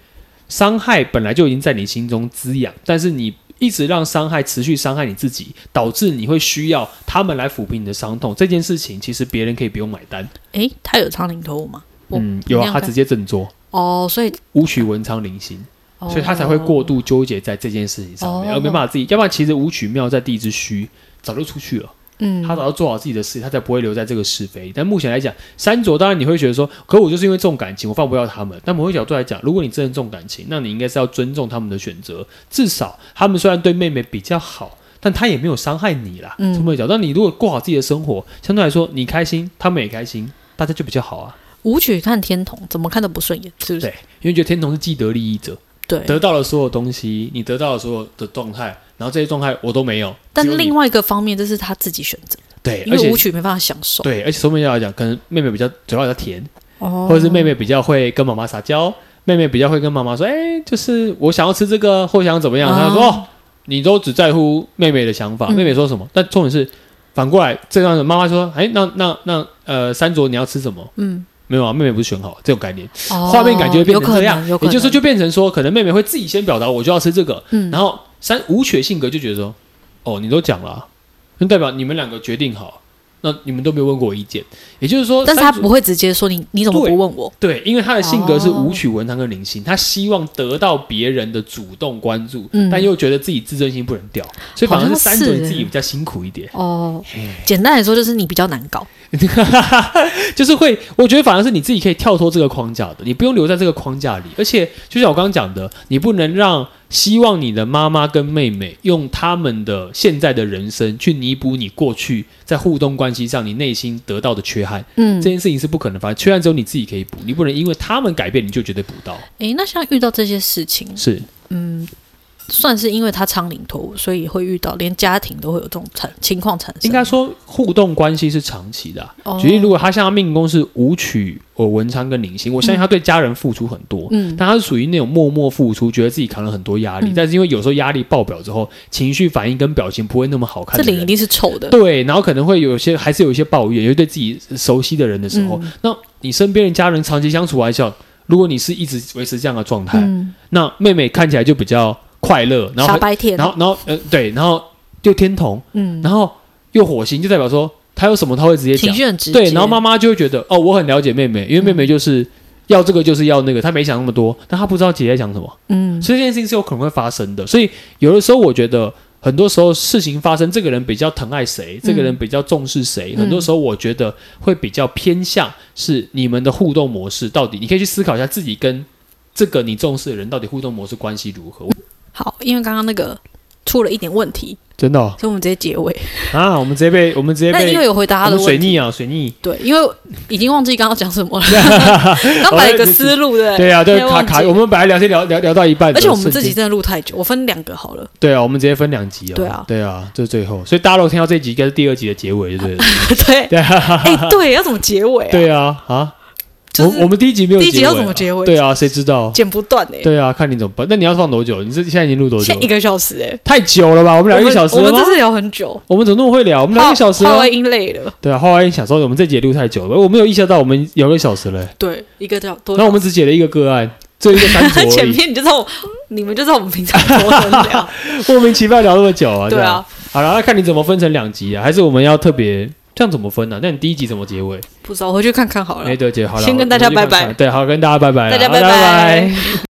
A: 伤害本来就已经在你心中滋养，但是你一直让伤害持续伤害你自己，导致你会需要他们来抚平你的伤痛。这件事情其实别人可以不用买单。
B: 诶，他有苍蝇头舞吗？我
A: 嗯，有
B: 那
A: 啊，
B: 样
A: 他
B: 看
A: 直接振作，
B: 哦，所以
A: 武曲文昌零星。
B: 哦
A: 所以他才会过度纠结在这件事情上面，
B: 哦
A: 而没办法自己。要不然，其实武曲庙在地之虚早就出去了，
B: 嗯，
A: 他早就做好自己的事，他才不会留在这个是非。但目前来讲，三卓当然你会觉得说，可我就是因为重感情，我放不掉他们。但某个角度来讲，如果你真的重感情，那你应该是要尊重他们的选择，至少他们虽然对妹妹比较好。但他也没有伤害你啦，
B: 嗯
A: 从某个角度，那你如果过好自己的生活，相对来说你开心，他们也开心，大家就比较好啊。
B: 舞曲看天童，怎么看都不顺眼，是不是？
A: 对，因为觉得天同是既得利益者，
B: 对。
A: 得到了所有东西，你得到了所有的状态，然后这些状态我都没有。
B: 但
A: 只有你
B: 另外一个方面，这是他自己选择，
A: 对，
B: 因
A: 而
B: 为
A: 且
B: 舞曲没办法享受，
A: 对，而且从面角来讲，可能妹妹比较嘴巴比较甜，
B: 哦
A: 或者是妹妹比较会跟妈妈撒娇，妹妹比较会跟妈妈说，哎、就是我想要吃这个，或想要怎么样，她、说、
B: 哦
A: 哦，你都只在乎妹妹的想法，
B: 嗯
A: 妹妹说什么，但重点是反过来，这样的妈妈说，哎、那那那呃，三卓你要吃什么？
B: 嗯，
A: 没有啊，妹妹不是选好这种概念，
B: 哦
A: 画面感觉会变
B: 有
A: 成
B: 可
A: 这样，
B: 能，有可
A: 也
B: 能，
A: 就是说就变成说，可能妹妹会自己先表达，我就要吃这个，
B: 嗯，
A: 然后三吴雪性格就觉得说，哦，你都讲了啊、那代表你们两个决定好，那你们都没有问过我意见，也就是说，
B: 但是他
A: 三组
B: 不会直接说你你怎么
A: 对
B: 不问我，
A: 对，因为他的性格是
B: 哦
A: 武曲文昌跟灵性，他希望得到别人的主动关注，
B: 嗯
A: 但又觉得自己自尊心不能掉，所以反而是三
B: 好
A: 种
B: 像是
A: 自己比较辛苦一点， *laughs*
B: 哦，简单来说就是你比较难搞，
A: 就是会，我觉得反而是你自己可以跳脱这个框架的，你不用留在这个框架里，而且就像我刚刚讲的，你不能让希望你的妈妈跟妹妹用他们的现在的人生去弥补你过去在互动关系上你内心得到的缺憾，
B: 嗯
A: 这，件事情是不可能发生，缺憾只有你自己可以补，你不能因为他们改变你就觉得补到，
B: 诶，那像遇到这些事情，
A: 是
B: 嗯，算是因为他苍龄脱所以会遇到连家庭都会有这种产情况产生。
A: 应该说互动关系是长期的、啊。
B: 哦
A: 举例，如果他像他命宫是武曲、呃文昌跟领星，我相信他对家人付出很多，
B: 嗯
A: 但他是属于那种默默付出，觉得自己扛了很多压力，
B: 嗯
A: 但是因为有时候压力爆表之后，情绪反应跟表情不会那么好看
B: 这
A: 的
B: 零一
A: 人。
B: 定是丑的。
A: 对，然后可能会有些还是有一些抱怨，尤其对自己熟悉的人的时候，
B: 嗯
A: 那你身边的家人长期相处来讲，如果你是一直维持这样的状态，
B: 嗯，
A: 那妹妹看起来就比较快乐，然后
B: 傻
A: 很
B: 白甜。
A: 然后然后呃对，然后又天同，
B: 嗯，
A: 然后又火星，就代表说他有什么他会直接
B: 情
A: 讲，
B: 绪嗯很直接。
A: 对，然后妈妈就会觉得哦，我很了解妹妹，因为妹妹就是。要这个就是要那个，她没想那么多，但她不知道姐姐在想什么，
B: 嗯
A: 所以这件事情是有可能会发生的。所以有的时候我觉得，很多时候事情发生，这个人比较疼爱谁，这个人比较重视谁，
B: 嗯
A: 很多时候我觉得会比较偏向是你们的互动模式到底，你可以去思考一下自己跟这个你重视的人到底互动模式关系如何。
B: 好，因为刚刚那个出了一点问题，
A: 真的、哦、
B: 所以我们直接结尾。
A: 啊，我们直接被我们直接
B: 那
A: 被
B: 因为有回答
A: 我
B: 他的
A: 们水
B: 问题，
A: 逆啊，水逆。
B: 对，因为已经忘记刚刚讲什么了，
A: *laughs*
B: 刚本来有个思路的。
A: 对啊，对
B: 现在
A: 卡
B: 忘
A: 卡，
B: 记
A: 我们本来聊天聊聊聊到一半的
B: 而且
A: 瞬间，
B: 我们自己真的录太久，我分两个好了。 *laughs*
A: 对啊，我们直接分两集哦。
B: 对啊
A: 对啊，这是最后，所以大家如果听到这集，应该是第二集的结尾，对不对了？
B: 对，哎，对，要怎么结尾啊？
A: 对啊，啊，
B: 就是
A: 我我们第一集没有
B: 第一集
A: 结尾啊
B: 要怎么结尾
A: 对啊，谁知道？
B: 剪不断哎，
A: 对啊，看你怎么办。那你要放多久？你这现在已经录多久
B: 现在一？个小时哎，
A: 太久了吧？我们聊一个小时
B: 我
A: 了
B: 们
A: 吗
B: 这？次聊很久，
A: 我们怎么那么会聊？我们聊一个小时啊
B: 花
A: 了
B: 花。音累了，
A: 对啊，花花音想说我们这集也录太久了，我没有意识到我们聊一个小时了。
B: 对，一个叫多。
A: 那我们只解了一个个案，只有一个三卓而
B: 前
A: 已，
B: 面你就知道我，你们就知道我们平常多能
A: *laughs*
B: 聊，
A: 莫名其妙聊那么久啊。
B: 对
A: 这样
B: 啊，，
A: 好了，那看你怎么分成两集啊？还是我们要特别这样怎么分呢、那你第一集怎么结尾？
B: 不知道，我回去看看好了
A: 没。得结，好了，
B: 先跟大家
A: 我
B: 拜拜
A: 们就看看对，好，跟大家拜拜啦，
B: 大家
A: 好
B: 拜
A: 拜
B: 拜。